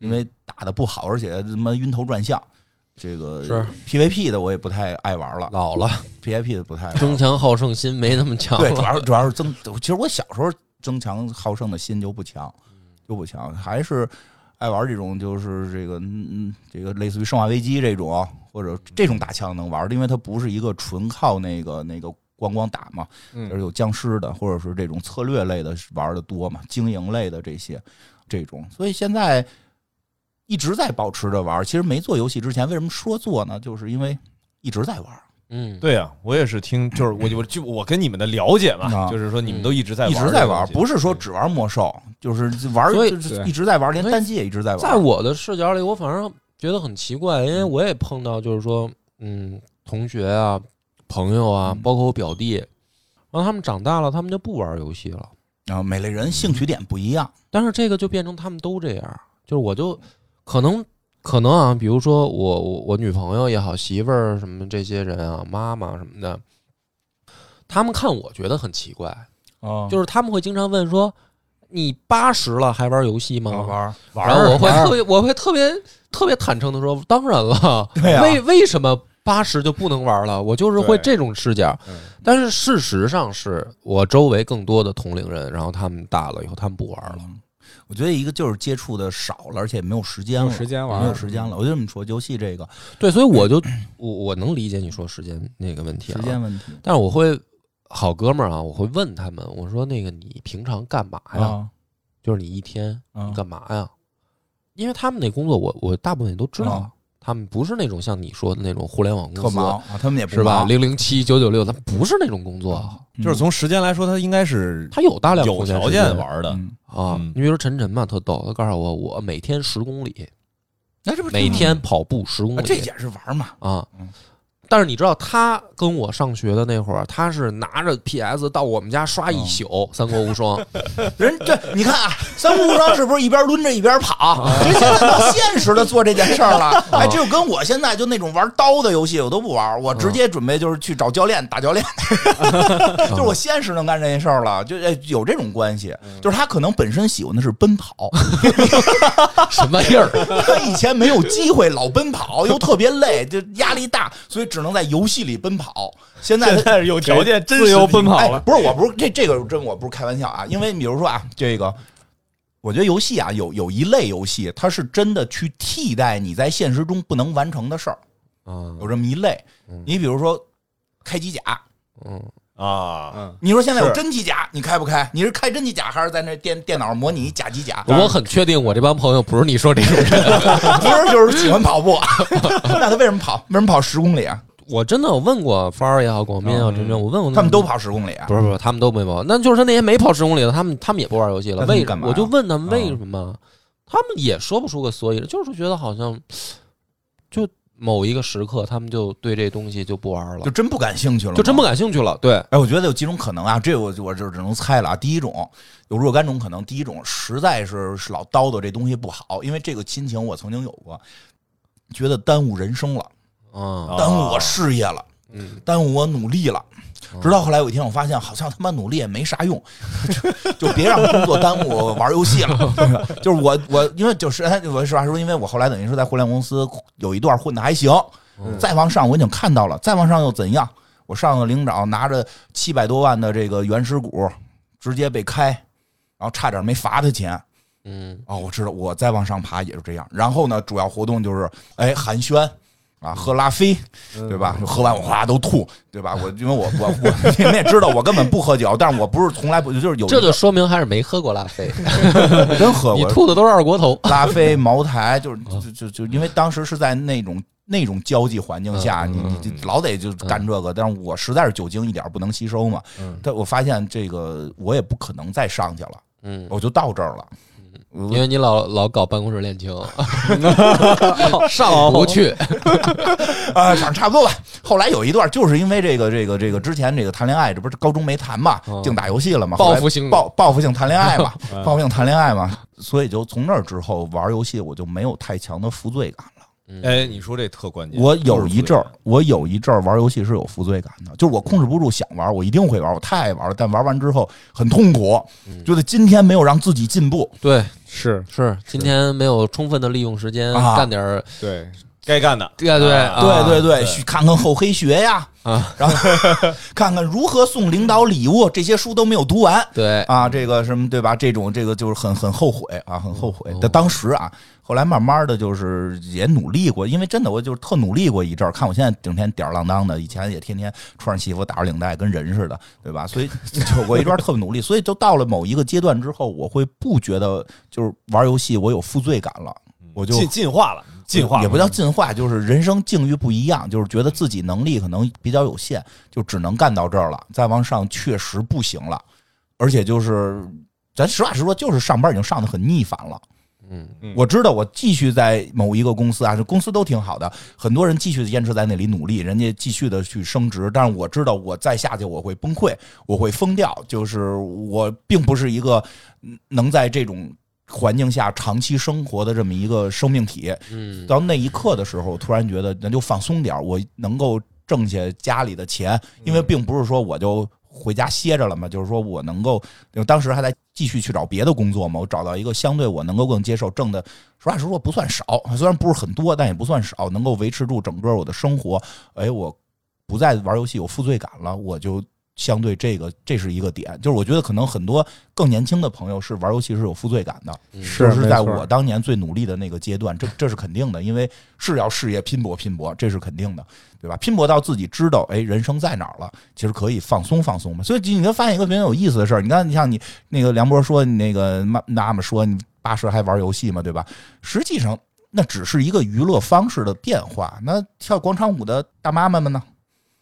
嗯因为打的不好，而且他妈晕头转向。这个是 PVP 的我也不太爱玩了老了， ，PVP 的不太爱玩了争强好胜心没那么强 对，主了。要是主要是增，其实我小时候争强好胜的心就不强，就不强，还是爱玩这种就是这个嗯嗯这个类似于《生化危机》这种或者这种打枪能玩的，因为它不是一个纯靠那个那个。光光打嘛，嗯就是有僵尸的，或者是这种策略类的玩的多嘛，经营类的这些，这种，所以现在一直在保持着玩儿。其实没做游戏之前，为什么说做呢？就是因为一直在玩儿，嗯， 对啊，我也是听，就是我我就我跟你们的了解嘛，啊就是说你们都一直在一直在玩儿，不是是说只玩魔兽，就是玩儿所以就是对一直在玩儿，连所以单机也一直在玩儿。在我的视角里，我反而觉得很奇怪，因为嗯我也碰到，就是说，嗯，同学啊、朋友啊，嗯包括我表弟，然后他们长大了，他们就不玩游戏了。啊，每类人兴趣点不一样，但是这个就变成他们都这样，就是我就可能可能啊，比如说我我我女朋友也好，媳妇儿什么这些人啊，妈妈什么的，他们看我觉得很奇怪，啊就是他们会经常问说：“你八十了还玩游戏吗？”玩玩然后我会玩特别，我会特别特别坦诚的说，当然了， 对啊为为什么八十就不能玩了？我就是会这种视角。嗯但是事实上是我周围更多的同龄人，然后他们大了以后，他们不玩了。嗯我觉得一个就是接触的少了，而且没有时间没有了，时间玩没有时间了。我就这么说，游戏这个对，所以我就 我我能理解你说时间那个问题时啊，间问题但是我会好哥们儿啊，我会问他们，我说那个你平常干嘛呀？啊，就是你一天嗯你干嘛呀？因为他们那工作我，我大部分也都知道，啊他们不是那种像你说的那种互联网特公司，忙啊，他们也不是吧？忙？零零七九九六，它不是那种工作，啊嗯就是从时间来说，它应该是它有大量有空闲条时件间玩的。嗯，啊。嗯你比如说晨晨嘛，特逗，他告诉我，我每天十公里，那这不是每挺好天跑步十公啊这里也是玩嘛？啊嗯。但是你知道，他跟我上学的那会儿，他是拿着 PS 到我们家刷一宿《三国无双》人这你看啊，三国无双是不是一边抡着一边跑？人现在到现实的做这件事儿了。哎，只有跟我现在就那种玩刀的游戏我都不玩，我直接准备就是去找教练打教练，就是我现实能干这件事儿了，就哎有这种关系。就是他可能本身喜欢的是奔跑，什么意儿？他以前没有机会老奔跑，又特别累，就压力大，所以只能在游戏里奔跑。现在现他在是有条件，真自由实地奔跑哎了，，不是，我不是这这个真我不是开玩笑啊，因为比如说啊，这个。我觉得游戏啊，有有一类游戏，它是真的去替代你在现实中不能完成的事儿，啊，有这么一类嗯。你比如说开机甲，嗯，啊，嗯，你说现在有是真机甲，你开不开？你是开真机甲还是在那电电脑模拟假机甲？我很确定，我这帮朋友不是你说这种人。不是就是喜欢跑步， 那他为什么跑？为什么跑十公里啊？我真的有问过芳儿也好，广斌也好，嗯真正我问过他们都，跑十公里啊？不是不是，他们都没跑，那就是他那些没跑十公里的，他们他们也不玩游戏了，那他们为什干嘛么？呀嗯我就问他们为什么，他们也说不出个所以来，就是觉得好像就某一个时刻，他们就对这东西就不玩了就，真不感兴趣了吗，就真不感兴趣了。对，哎，我觉得有几种可能啊，这我我就只能猜了啊。第一种有若干种可能，第一种实在是是老叨叨这东西不好，因为这个心情我曾经有过，觉得耽误人生了，嗯耽误我事业了，嗯，耽误我努力了。直到后来有一天，我发现好像他妈努力也没啥用， 就就别让工作耽误我玩游戏了。就是我我因为就是哎我实话说，因为我后来等于是在互联网公司有一段混的还行，嗯再往上我已经看到了，再往上又怎样？我上个领导拿着七百多万的这个原始股，直接被开，然后差点没罚他钱。嗯哦，我知道，我再往上爬也是这样。然后呢，主要活动就是哎寒暄。啊，喝拉菲，嗯对吧？就喝完我哗都吐，对吧？我因为我我我你们也知道，我根本不喝酒，但是我不是从来不就是有这就说明还是没喝过拉菲，我真喝你过吐的啊都是二锅头。拉菲、茅台，就是就就就因为当时是在那种那种交际环境下，嗯你嗯你你老得就干这个，但是我实在是酒精一点不能吸收嘛。但我发现这个我也不可能再上去了，嗯，我就到这儿了。我因为你老老搞办公室恋 情，上不去。啊，反正差不多吧。后来有一段，就是因为这个、这个、这个之前这个谈恋爱，这不是高中没谈嘛，嗯净打游戏了嘛，报后来复性报报复性谈恋 爱嘛嗯，报复性谈恋爱嘛，所以就从那儿之后玩游戏，我就没有太强的负罪感了。哎，你说这特关键，我有一阵儿，我有一阵儿玩游戏是有负罪感的，就是我控制不住想玩，我一定会玩，我太爱玩了，但玩完之后很痛苦，嗯觉得今天没有让自己进步， 对，是是今天没有充分的利用时间啊干点儿对，该干的，对对啊啊对对对，去看看厚黑学呀，啊，然后 看看如何送领导礼物，这些书都没有读完。对，啊，这个什么对吧？这种这个就是很很后悔啊，很后悔嗯。但当时啊，后来慢慢的就是也努力过，因为真的我就是特努力过一阵儿。看我现在整天吊儿郎当的，以前也天天穿着西服打着领带跟人似的，对吧？所以就我一段特别努力，所以就到了某一个阶段之后，我会不觉得就是玩游戏我有负罪感了。我就进进化了，进化了也不叫进化，就是人生境遇不一样，就是觉得自己能力可能比较有限，就只能干到这儿了，再往上确实不行了。而且就是，咱实话实说，就是上班已经上的很逆反了。嗯，嗯我知道，我继续在某一个公司啊，这公司都挺好的，很多人继续的坚持在那里努力，人家继续的去升职，但是我知道，我再下去我会崩溃，我会疯掉，就是我并不是一个嗯能在这种环境下长期生活的这么一个生命体。嗯到那一刻的时候，突然觉得那就放松点儿，我能够挣下家里的钱，因为并不是说我就回家歇着了嘛，就是说我能够，就当时还在继续去找别的工作嘛，我找到一个相对我能够更接受挣的，实话实说不算少，虽然不是很多，但也不算少，能够维持住整个我的生活。哎，我不再玩游戏有负罪感了，我就。相对这个，这是一个点，就是我觉得可能很多更年轻的朋友是玩游戏是有负罪感的，嗯是就是没在错我当年最努力的那个阶段，这这是肯定的，因为是要事业拼搏拼搏，这是肯定的，对吧？拼搏到自己知道，哎，人生在哪儿了，其实可以放松放松嘛。所以你就发现一个非常有意思的事儿，你看，你像你那个梁博说，你那个妈妈妈说你八十还玩游戏嘛，对吧？实际上那只是一个娱乐方式的变化。那跳广场舞的大妈妈们呢？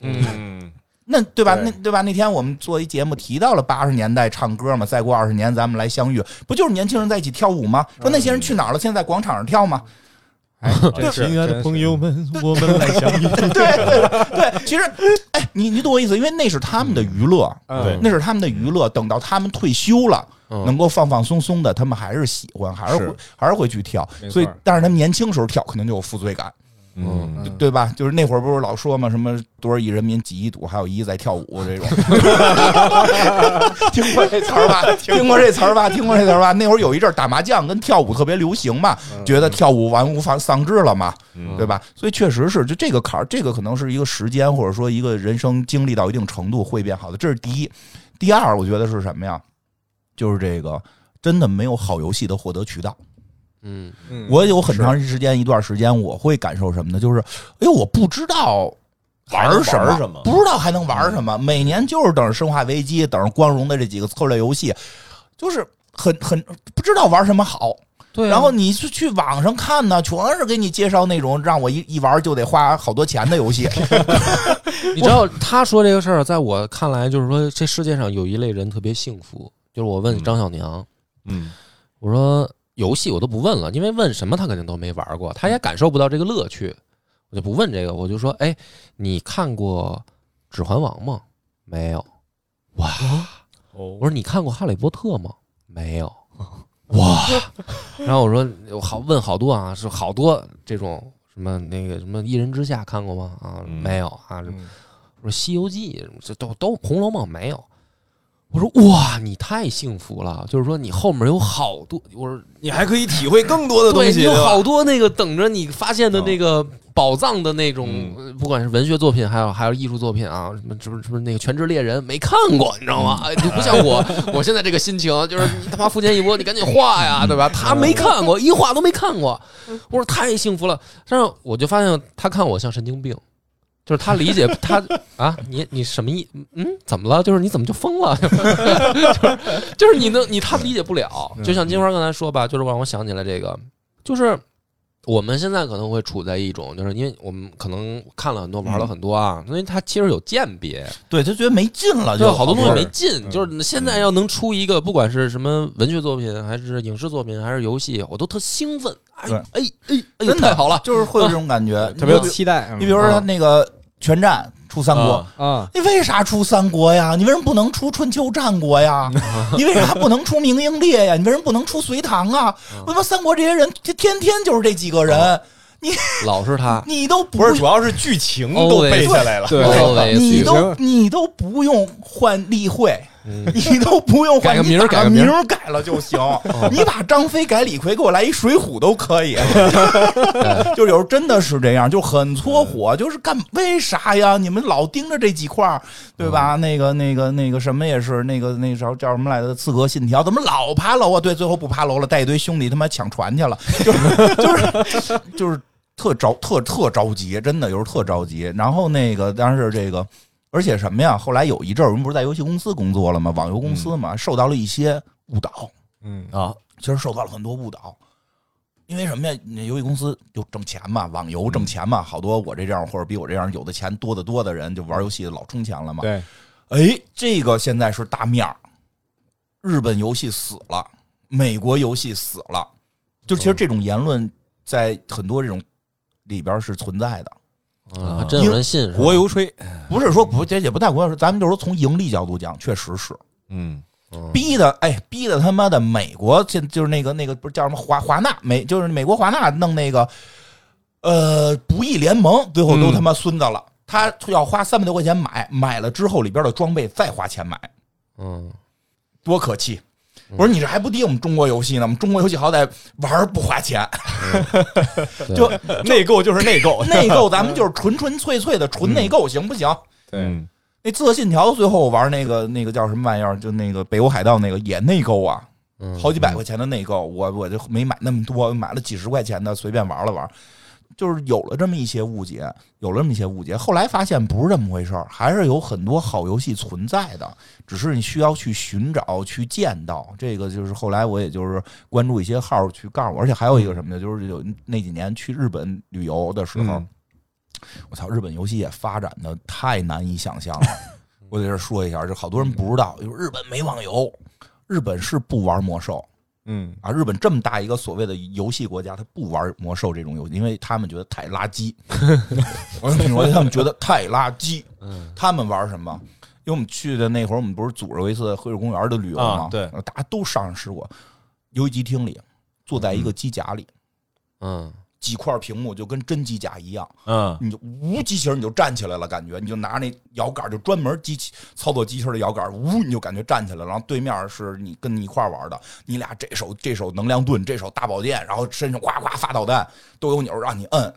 嗯，那对吧？对那对吧？那天我们做一节目提到了八十年代唱歌嘛，再过二十年咱们来相遇，不就是年轻人在一起跳舞吗？说那些人去哪儿了？现在在广场上跳吗？哎，对，真是亲爱的真是朋友们，我们来相遇。对对对，其实，哎，你你懂我意思，因为那是他们的娱乐，嗯对那是他们的娱乐。等到他们退休了，能嗯，够放放松松的，他们还是喜欢，还是是会还是会去跳没。错所以，但是他们年轻时候跳，可能就有负罪感。嗯嗯对吧？就是那会儿不是老说嘛，什么多少亿人民几亿赌，还有一亿在跳舞这 种，听过这词儿吧？听过这词儿吧？听过这词儿吧？那会儿有一阵儿打麻将跟跳舞特别流行嘛，觉得跳舞玩物丧丧志了嘛，嗯对吧？所以确实是，就这个坎儿，这个可能是一个时间或者说一个人生经历到一定程度会变好的，这是第一。第二，我觉得是什么呀？就是这个真的没有好游戏的获得渠道。嗯嗯我有很长时间一段时间，我会感受什么呢？就是，哎呦，我不知道还能玩什玩什么不知道还能玩什么。每年就是等着《生化危机》，等着《光荣》的这几个策略游戏，就是很很不知道玩什么好。对啊然后你去去网上看呢，全是给你介绍那种让我一一玩就得花好多钱的游戏。你知道他说这个事儿，在我看来，就是说这世界上有一类人特别幸福，就是我问嗯张小娘，嗯，我说游戏我都不问了，因为问什么他肯定都没玩过，他也感受不到这个乐趣，我就不问这个，我就说，哎，你看过《指环王》吗？没有。哇，哦我说你看过《哈利波特》吗？没有。哇，然后我说我好问好多啊，是好多这种什么那个什么《一人之下》看过吗？啊，嗯没有啊，嗯我说《西游记》这都都《红楼梦》没有。我说哇，你太幸福了！就是说你后面有好多，我说你还可以体会更多的东对西，你有对吧啊好多那个等着你发现的那个宝藏的那种嗯，呃不管是文学作品，还有还有艺术作品啊，什么什么什么那个《全职猎人》没看过，你知道嗯吗？哎就不像 我，我现在这个心情就是你他妈福建一波，你赶紧画呀，嗯对吧？他没看 过，一画都没看过，我说太幸福了。但是我就发现他看我像神经病。就是他理解他啊，你你什么意？嗯，怎么了？就是你怎么就疯了？ 就是就是你能你他理解不了。就像金花刚才说吧，就是让我想起来这个，就是我们现在可能会处在一种，就是因为我们可能看了很多，玩了很多啊，所以他其实有鉴别，对，就觉得没劲了，对，就好多东西玩没劲。嗯就是现在要能出一个，不管是什么文学作品，还是影视作品，还是游戏，我都特兴奋。哎对哎哎哎，真的太好了！就是会有这种 感觉，特别有期待。嗯你比如说那个《全战》出三国，嗯啊啊，你为啥出三国呀？你为什么不能出春秋战国呀？你为啥不能出明英烈呀？你为什么不能出隋唐啊？为什么三国这些人天天天就是这几个人？老是他，你都不不是，主要是剧情都 Always 背下来了。对对你都行你都不用换例会，嗯 你都不用改换个名儿你把改个名儿哦名儿改了就行。你把张飞改李逵，给我来一水浒都 可以。就是有时候真的是这样，就很搓火，嗯就是干为啥呀？你们老盯着这几块儿，对吧？嗯那个那个那个什么也是，那个那时候叫什么来着？刺客信条怎么老爬楼啊？对，最后不爬楼了，带一堆兄弟他妈抢船去了，就是就是就是特着特特着急，真的有时候特着急。然后那个但是这个。而且什么呀？后来有一阵儿，我们不是在游戏公司工作了吗？网游公司嘛，受到了一些误导，嗯啊，其实受到了很多误导。因为什么呀？那游戏公司就挣钱嘛，网游挣钱嘛，好多我这样或者比我这样有的钱多得多的人，就玩游戏老充钱了嘛。啊嗯对，哎，这个现在是大面儿，日本游戏死了，美国游戏死了，就其实嗯这种言论在很多这种里边是存在的，啊，还真有人信是吧国油吹，不是说不这也不太关键，咱们就是说从盈利角度讲，确实是嗯，嗯逼的，哎，逼的他妈的美国现就是那个那个不是叫什么华华纳美，就是美国华纳弄那个呃不义联盟，最后都嗯他妈孙子了。他要花三百多块钱买，买了之后里边的装备再花钱买，嗯，多可气！我说你这还不敌我们中国游戏呢？我们中国游戏好歹玩儿不花钱，对就 内购就是内 购，内购咱们就是纯纯粹粹的纯内购，行不行？对，嗯那《刺客信条》最后我玩那个那个叫什么玩意儿，就那个北欧海盗那个也内购啊，嗯好几百块钱的内购，我我就没买那么多，买了几十块钱的随便玩了玩，就是有了这么一些误解，有了这么一些误解。后来发现不是这么回事儿，还是有很多好游戏存在的，只是你需要去寻找、去见到。这个就是后来我也就是关注一些号儿去告诉我，而且还有一个什么呢？就是有那几年去日本旅游的时候，嗯我操，日本游戏也发展的太难以想象了。我在这儿说一下，就好多人不知道，就是日本没网游，日本是不玩魔兽。嗯，啊，日本这么大一个所谓的游戏国家，他不玩魔兽这种游戏，因为他们觉得太垃 圾。我跟你说，他们觉得太垃圾。嗯他们玩什么？因为我们去的那会儿，我们不是组织过一次黑水公园的旅游吗啊？对大家都上试过。游戏机厅里，坐在一个机甲里，嗯几块屏幕就跟真机甲一样，嗯，你就无机器人你就站起来了，感觉你就拿那摇杆，就专门机器操作机器人的摇杆，呜你就感觉站起来了。然后对面是你跟你一块儿玩的，你俩这手这手能量盾，这手大宝剑，然后身上呱呱发导弹，都有钮儿让你摁。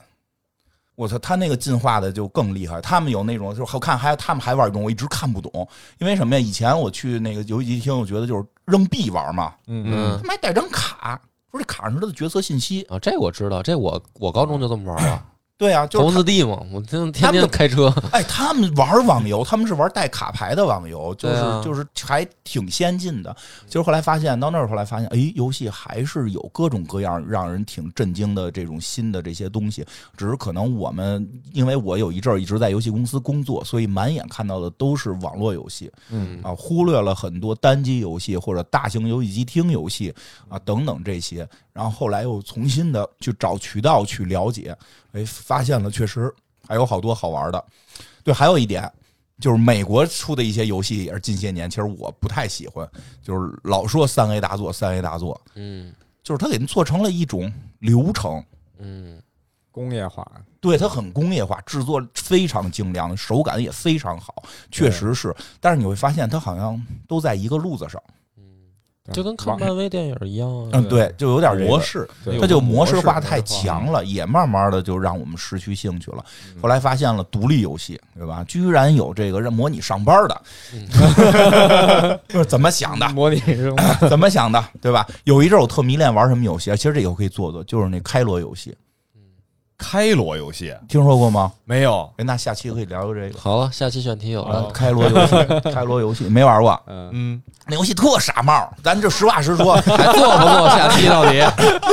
我操，他那个进化的就更厉害。他们有那种就是我看还他们还玩一种我一直看不懂，因为什么呀？以前我去那个游戏厅，我觉得就是扔币玩嘛，嗯他妈还带张卡，说这卡上是他的角色信息。啊，这我知道，这我我高中就这么玩了，对啊，就是头文字 D 嘛，我天天他们天开 车， 哎，他们玩网游，他们是玩带卡牌的网游，就是、对啊就是还挺先进的。就是后来发现，到那儿后来发现，哎，游戏还是有各种各样让人挺震惊的这种新的这些东西。只是可能我们，因为我有一阵儿一直在游戏公司工作，所以满眼看到的都是网络游戏，嗯啊，忽略了很多单机游戏或者大型游戏机厅游戏啊等等这些。然后后来又重新的去找渠道去了解，哎，发现了确实还有好多好玩的。对，还有一点就是美国出的一些游戏也是近些年，其实我不太喜欢，就是老说三 A 大作，三 A 大作，嗯就是它给它做成了一种流程。嗯工业化，对它很工业化，制作非常精良，手感也非常好，确对实是。但是你会发现，它好像都在一个路子上。嗯，对就跟看网漫威电影一样啊嗯，，对，就有点这个模式，对它就模式化嗯模式太强了，也慢慢的就让我们失去兴趣了。后来发现了独立游戏，对吧？居然有这个让模拟上班的， 就是怎么想的？模拟扔吧，怎么想的？对吧？有一阵儿我特迷恋玩什么游戏啊，其实这以后可以做做，就是那开罗游戏，开罗游戏听说过吗？没有，哎，那下期可以聊聊这个。好了，下期选题有啊了，开罗游戏，开罗游戏没玩过，嗯，嗯，那游戏特傻帽，咱就实话实说， 还做不做下期到底？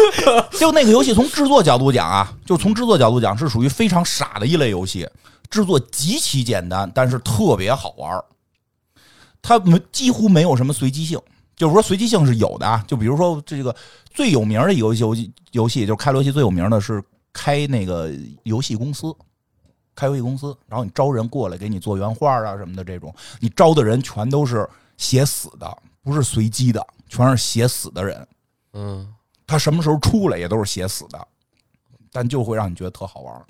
就那个游戏从制作角度讲啊，就从制作角度讲是属于非常傻的一类游戏，制作极其简单，但是特别好玩儿。它没几乎没有什么随机性，就是说随机性是有的啊。就比如说这个最有名的游戏游戏游戏，就是开罗游戏最有名的是开那个游戏公司。开游戏公司，然后你招人过来给你做原画啊什么的，这种你招的人全都是写死的，不是随机的，全是写死的人。嗯他什么时候出来也都是写死的，但就会让你觉得特好玩儿。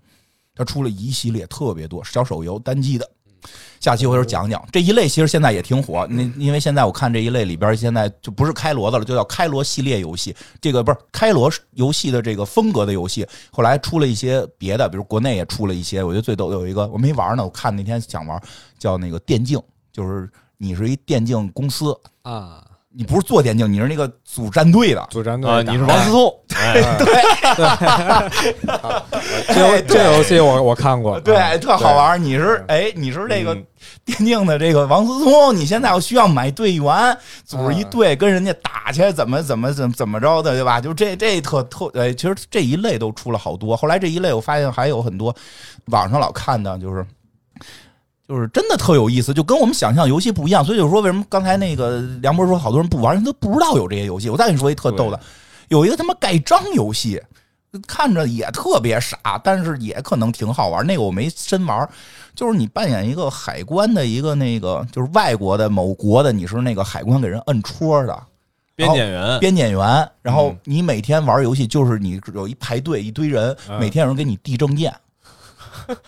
他出了一系列特别多小手游单机的，下期回头讲讲这一类，其实现在也挺火。那因为现在我看这一类里边儿现在就不是开罗的了，就叫开罗系列游戏。这个不是开罗游戏的这个风格的游戏，后来出了一些别的，比如国内也出了一些。我觉得最逗的有一个我没玩儿呢，我看那天想玩儿，叫那个电竞，就是你是一电竞公司，啊，你不是做电竞，你是那个组战队的。主战队啊，打你是王思聪，哎这这游戏我我看过，对，嗯特好玩。你是对哎，你是这个嗯电竞的这个王思聪，你现在我需要买队员，组织一队跟人家打去，怎么怎么怎么怎么着的，对吧？就这这特特哎，其实这一类都出了好多。后来这一类我发现还有很多，网上老看的就是。就是真的特有意思，就跟我们想象游戏不一样，所以就是说，为什么刚才那个梁博说好多人不玩，人都不知道有这些游戏。我再跟你说一特逗的，有一个他妈盖章游戏，看着也特别傻，但是也可能挺好玩。那个我没深玩，就是你扮演一个海关的一个那个，就是外国的某国的，你是那个海关给人摁戳的编检嗯员，边检员，然后你每天玩游戏就是你有一排队一堆人，嗯每天有人给你递证件。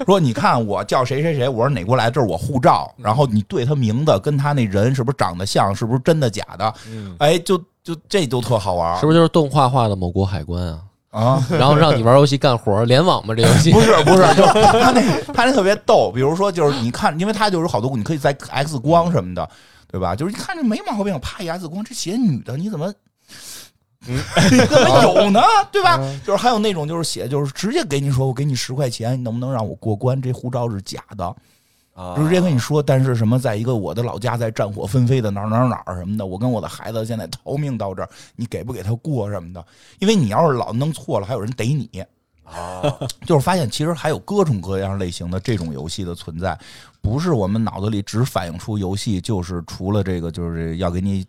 说你看我叫谁谁谁，我是哪国来的，这是我护照，嗯然后你对他名字跟他那人是不是长得像，是不是真的假的？嗯哎，就就这就特好玩是不是就是动画化的某国海关 啊？啊！然后让你玩游戏干活，联网吗？这游 戏 不是不是，就是他那他那特别逗，比如说就是你看，因为他就是好多，你可以在 X 光什么的，对吧？就是一看这没毛病，啪一 X 光，这写女的，你怎么？你怎么有呢？对吧？就是还有那种就是写就是直接给你说，我给你十块钱，你能不能让我过关？这护照是假的，啊直接跟你说。但是什么，在一个我的老家在战火纷飞的哪儿哪儿哪儿什么的，我跟我的孩子现在逃命到这儿，你给不给他过什么的？因为你要是老弄错了，还有人逮你。就是发现其实还有各种各样类型的这种游戏的存在，不是我们脑子里只反映出游戏，就是除了这个，就是要给你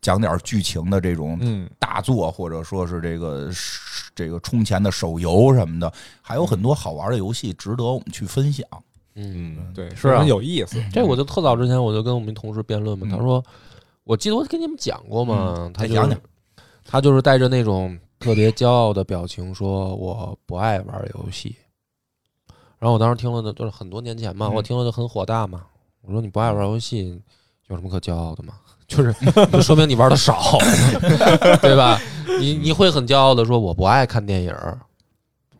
讲点剧情的这种嗯，大作，或者说是这个这个充钱的手游什么的，还有很多好玩的游戏值得我们去分享。嗯，对，是非啊常有意思，这我就特早之前我就跟我们同事辩论嘛，嗯他说，我记得我跟你们讲过嘛，嗯他再就讲是讲他就是带着那种特别骄傲的表情说我不爱玩游戏，然后我当时听了的就是很多年前嘛，嗯我听了就很火大嘛，我说你不爱玩游戏有什么可骄傲的嘛？ 就是就说明你玩的少， 对吧？你你会很骄傲的说我不爱看电影儿，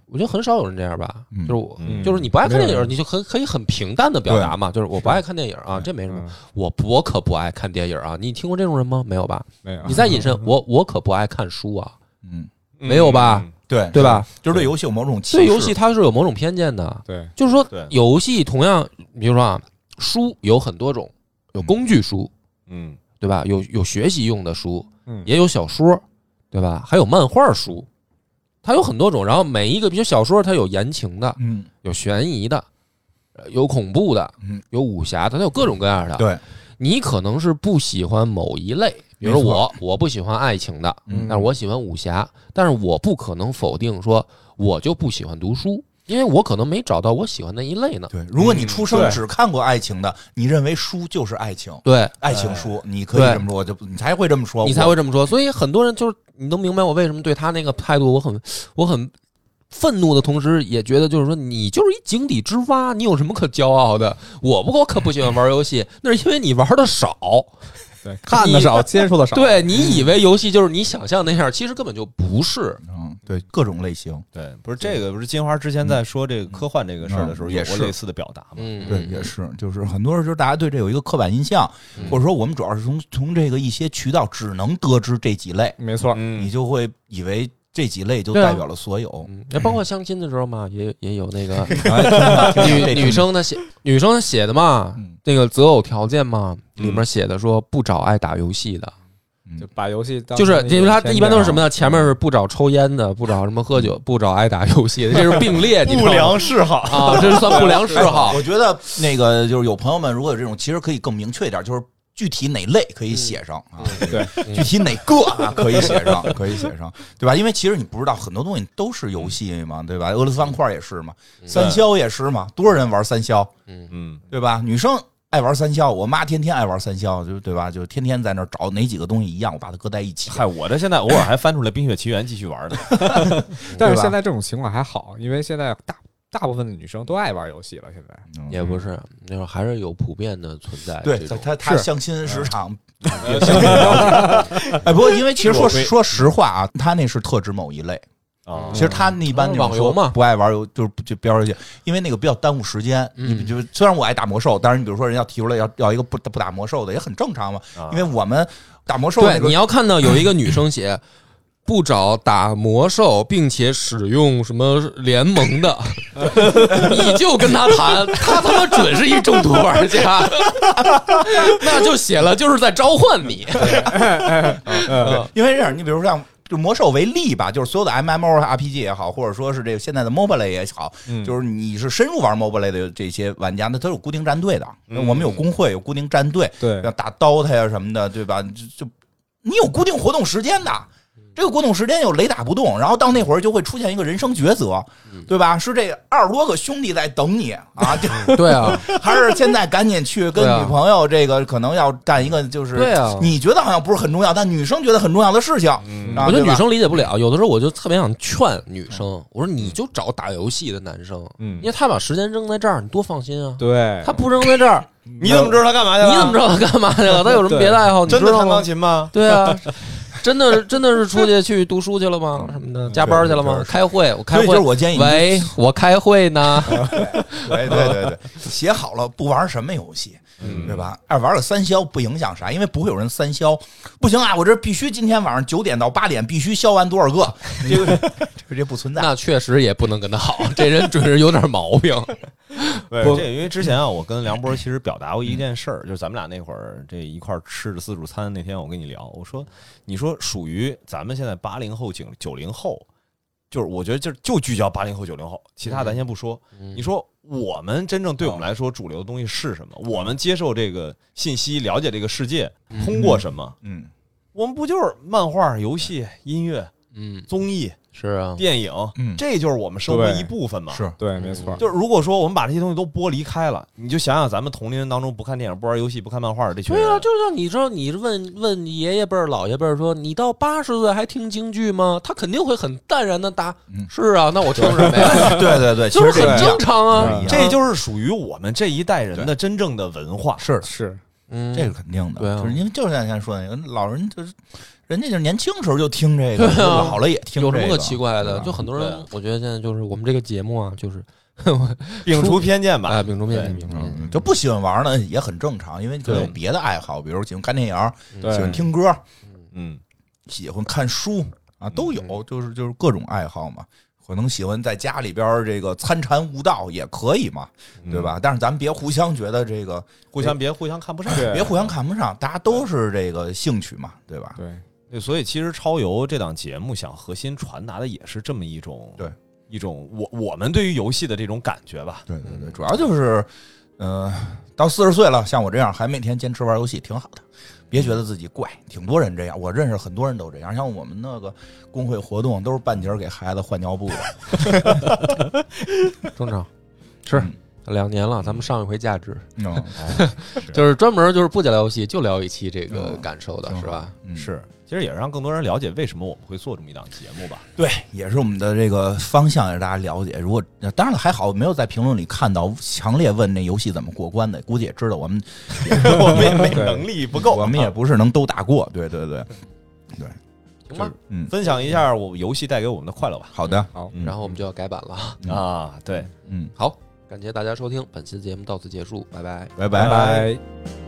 我觉得很少有人这样吧，嗯就是我嗯就是你不爱看电没影，有人你就很可以很平淡的表达嘛，就是我不爱看电影啊，是这没什么。嗯我不我可不爱看电影啊，你听过这种人吗？没有 吧？没有你再引申，我我可不爱看书啊，嗯，没有吧嗯？对对？吧？就是对游戏有某种歧视对游戏它是有某种偏见的，对就是说对游戏同样，比如说啊，书有很多种，有工具书，嗯，对吧？有有学习用的书，嗯也有小说，对吧？还有漫画书，它有很多种。然后每一个，比如小说，它有言情的，嗯有悬疑的，呃有恐怖的嗯，有武侠的，它有各种各样的。对，你可能是不喜欢某一类，比如说没错我，我不喜欢爱情的，嗯但是我喜欢武侠，但是我不可能否定说我就不喜欢读书，因为我可能没找到我喜欢那一类呢。对。如果嗯你出生对只看过爱情的，你认为书就是爱情，对爱情书，你可以这么说，就你才会这么说，你才会这么说，所以很多人就是你能明白我为什么对他那个态度，我很我很愤怒的同时，也觉得就是说你就是一井底之蛙，你有什么可骄傲的？我不我可不喜欢玩游戏，那是因为你玩的少，对，看的少，接触的少，对你以为游戏就是你想象那样，其实根本就不是。嗯，对各种类型，对，不是这个，不是金花之前在说这个科幻这个事儿的时候，嗯有也过是类似的表达嘛？嗯，对，也是，就是很多人就是大家对这有一个刻板印象，嗯或者说我们主要是从从这个一些渠道只能得知这几类，没错，嗯你就会以为这几类就对啊代表了所有。嗯，那包括相亲的时候嘛，也也有那个哎听听 这女女生她写女生她写的嘛嗯，那个择偶条件嘛，里面嗯写的说不找爱打游戏的，就把游戏当就是成因为个啊他前一般都是什么调呢？前面是啊不找抽烟的，不找什么喝酒，不找爱打游戏的，这是并列，你知不道吗？良嗜好，啊，这是算不良嗜好。我觉得那个就是有朋友们如果有这种，其实可以更明确一点，就是具体哪类可以写上嗯啊。对， 具体哪个啊可以写 上，可以写上，对吧？因为其实你不知道很多东西都是游戏嘛，对吧？俄罗斯方块也是嘛，嗯三消也是嘛，多少人玩三消？嗯，对吧？女生爱玩三消，我妈天天爱玩三消，就对吧？就天天在那儿找哪几个东西一样，我把它搁在一起。嗨，我这现在偶尔还翻出来《冰雪奇缘》继续玩 呢。对但是吧现在这种情况还好，因为现在大大部分的女生都爱玩游戏了。现在也不是，就是还是有普遍的存在。嗯对这他种嗯他他是相亲市场， 嗯哎，不过因为其实说我会说实话啊，他那是特指某一类。啊其实他一般那种网游嘛不爱玩游就是不就不要游戏，因为那个比较耽误时间。嗯你就是虽然我爱打魔兽，但是你比如说人要提出来要要一个不不打魔兽的也很正常嘛，啊因为我们打魔兽那对，个你要看到有一个女生写。不找打魔兽，并且使用什么联盟的， 你就跟他谈，他他妈准是一中途玩家， 那就写了就是在召唤你。嗯因为这样，你比如说像就魔兽为例吧，就是所有的 MMORPG 也好，或者说是这个现在的 MOBA 类也好，嗯就是你是深入玩 MOBA 类的这些玩家，那都有固定战队的。嗯我们有工会，有固定战队，对要打 DOTA 呀什么的，对吧？就就你有固定活动时间的。嗯这个活动时间有雷打不动，然后到那会儿就会出现一个人生抉择，嗯对吧？是这二十多个兄弟在等你啊，就对啊，还是现在赶紧去跟对啊女朋友这个可能要干一个就是对啊嗯你觉得好像不是很重要，但女生觉得很重要的事情。啊 我觉得对吧女生理解不了，有的时候我就特别想劝女生，我说你就找打游戏的男生，嗯因为他把时间扔在这儿，你多放心啊。对，嗯他不扔在这儿，你怎么知道他干哎嘛去了？你怎么知道他干嘛去了？他有什么别的爱好？你知真的道弹吗钢？琴吗？对 啊，真的真的是出去去读书去了吗？什么的，加班去了嗯对吗对？对开会，我开所以就是会。我建议你，喂，我开会呢。 对对对对，写好了不玩什么游戏，嗯对吧？爱玩个三消不影响啥，因为不会有人三消。不行啊，我这必须今天晚上九点到八点必须消完多少个，这 个这这不存在。那确实也不能跟他好， 这人准是有点毛 病。对，不这因为之前啊，我跟梁波其实表达过一件事儿，嗯就是咱们俩那会儿这一块儿吃着自助餐那天，我跟你聊，我说你说属于咱们现在八零后、九九零后，就是我觉得就就聚焦八零后、九零后，其嗯他咱先不说。你说我们真正对我们来说主流的东西是什么？嗯我们接受这个信息、了解这个世界，通过什么？嗯，我们不就是漫画、游戏、音乐、嗯，综艺、是啊，电影嗯？这就是我们生活对一部分嘛。是 对，没错，嗯就是如果说我们把这些东西都剥离开了，你就想想咱们同龄人当中不看电影、不玩游戏、不看漫画的这群对人，啊，就像你知道，你问问爷爷辈儿、姥爷辈儿说，你到八十岁还听京剧吗？他肯定会很淡然的答嗯，是啊，那我听什么呀？对对 对，其就实是这很样正常啊对，这就是属于我们这一代人的真正的文化。是是嗯这个肯定的，对啊就是因为就是像咱说的，老人就是人家就是年轻时候就听 这个，对啊老了也听、这有个，什么可奇怪的？对啊吧就很多对人，我觉得现在就是我们这个节目啊，就是摒除偏见吧，哎啊，丙种面，丙种面，嗯就不喜欢玩呢也很正常，因为可能有对别的爱好，比如喜欢看电影、喜欢对，听歌、嗯，喜欢看书啊，都有，就是就是各种爱好嘛。可能喜欢在家里边儿这个参禅悟道也可以嘛，对吧？但是咱们别互相觉得这个，互相别互相看不上。对别互相看不上，大家都是这个兴趣嘛，对吧？对，对，所以其实《超游》这档节目想核心传达的也是这么一种对一种我我们对于游戏的这种感觉吧。对对对，主要就是，呃，到四十岁了，像我这样还每天坚持玩游戏，挺好的。别觉得自己怪，挺多人这样，我认识很多人都这样。像我们那个工会活动，都是半截儿给孩子换尿布的。正常。是嗯两年了，咱们上一回价值嗯，就是专门就是不聊游戏，就聊一期这个嗯感受的挺是好吧？嗯是，其实也让更多人了解为什么我们会做这么一档节 目吧。对，也是我们的这个方向，让大家了解。如果当然了，还好没有在评论里看到强烈问那游戏怎么过关的，估计也知道我们我们也没对能力不够，啊我们也不是能都打过。对对对，行吧。嗯，分享一下我游戏带给我们的快乐吧。好的，好，嗯然后我们就要改版了。嗯啊，对。嗯，好，感谢大家收听，本期节目到此结束，拜拜。拜拜拜拜。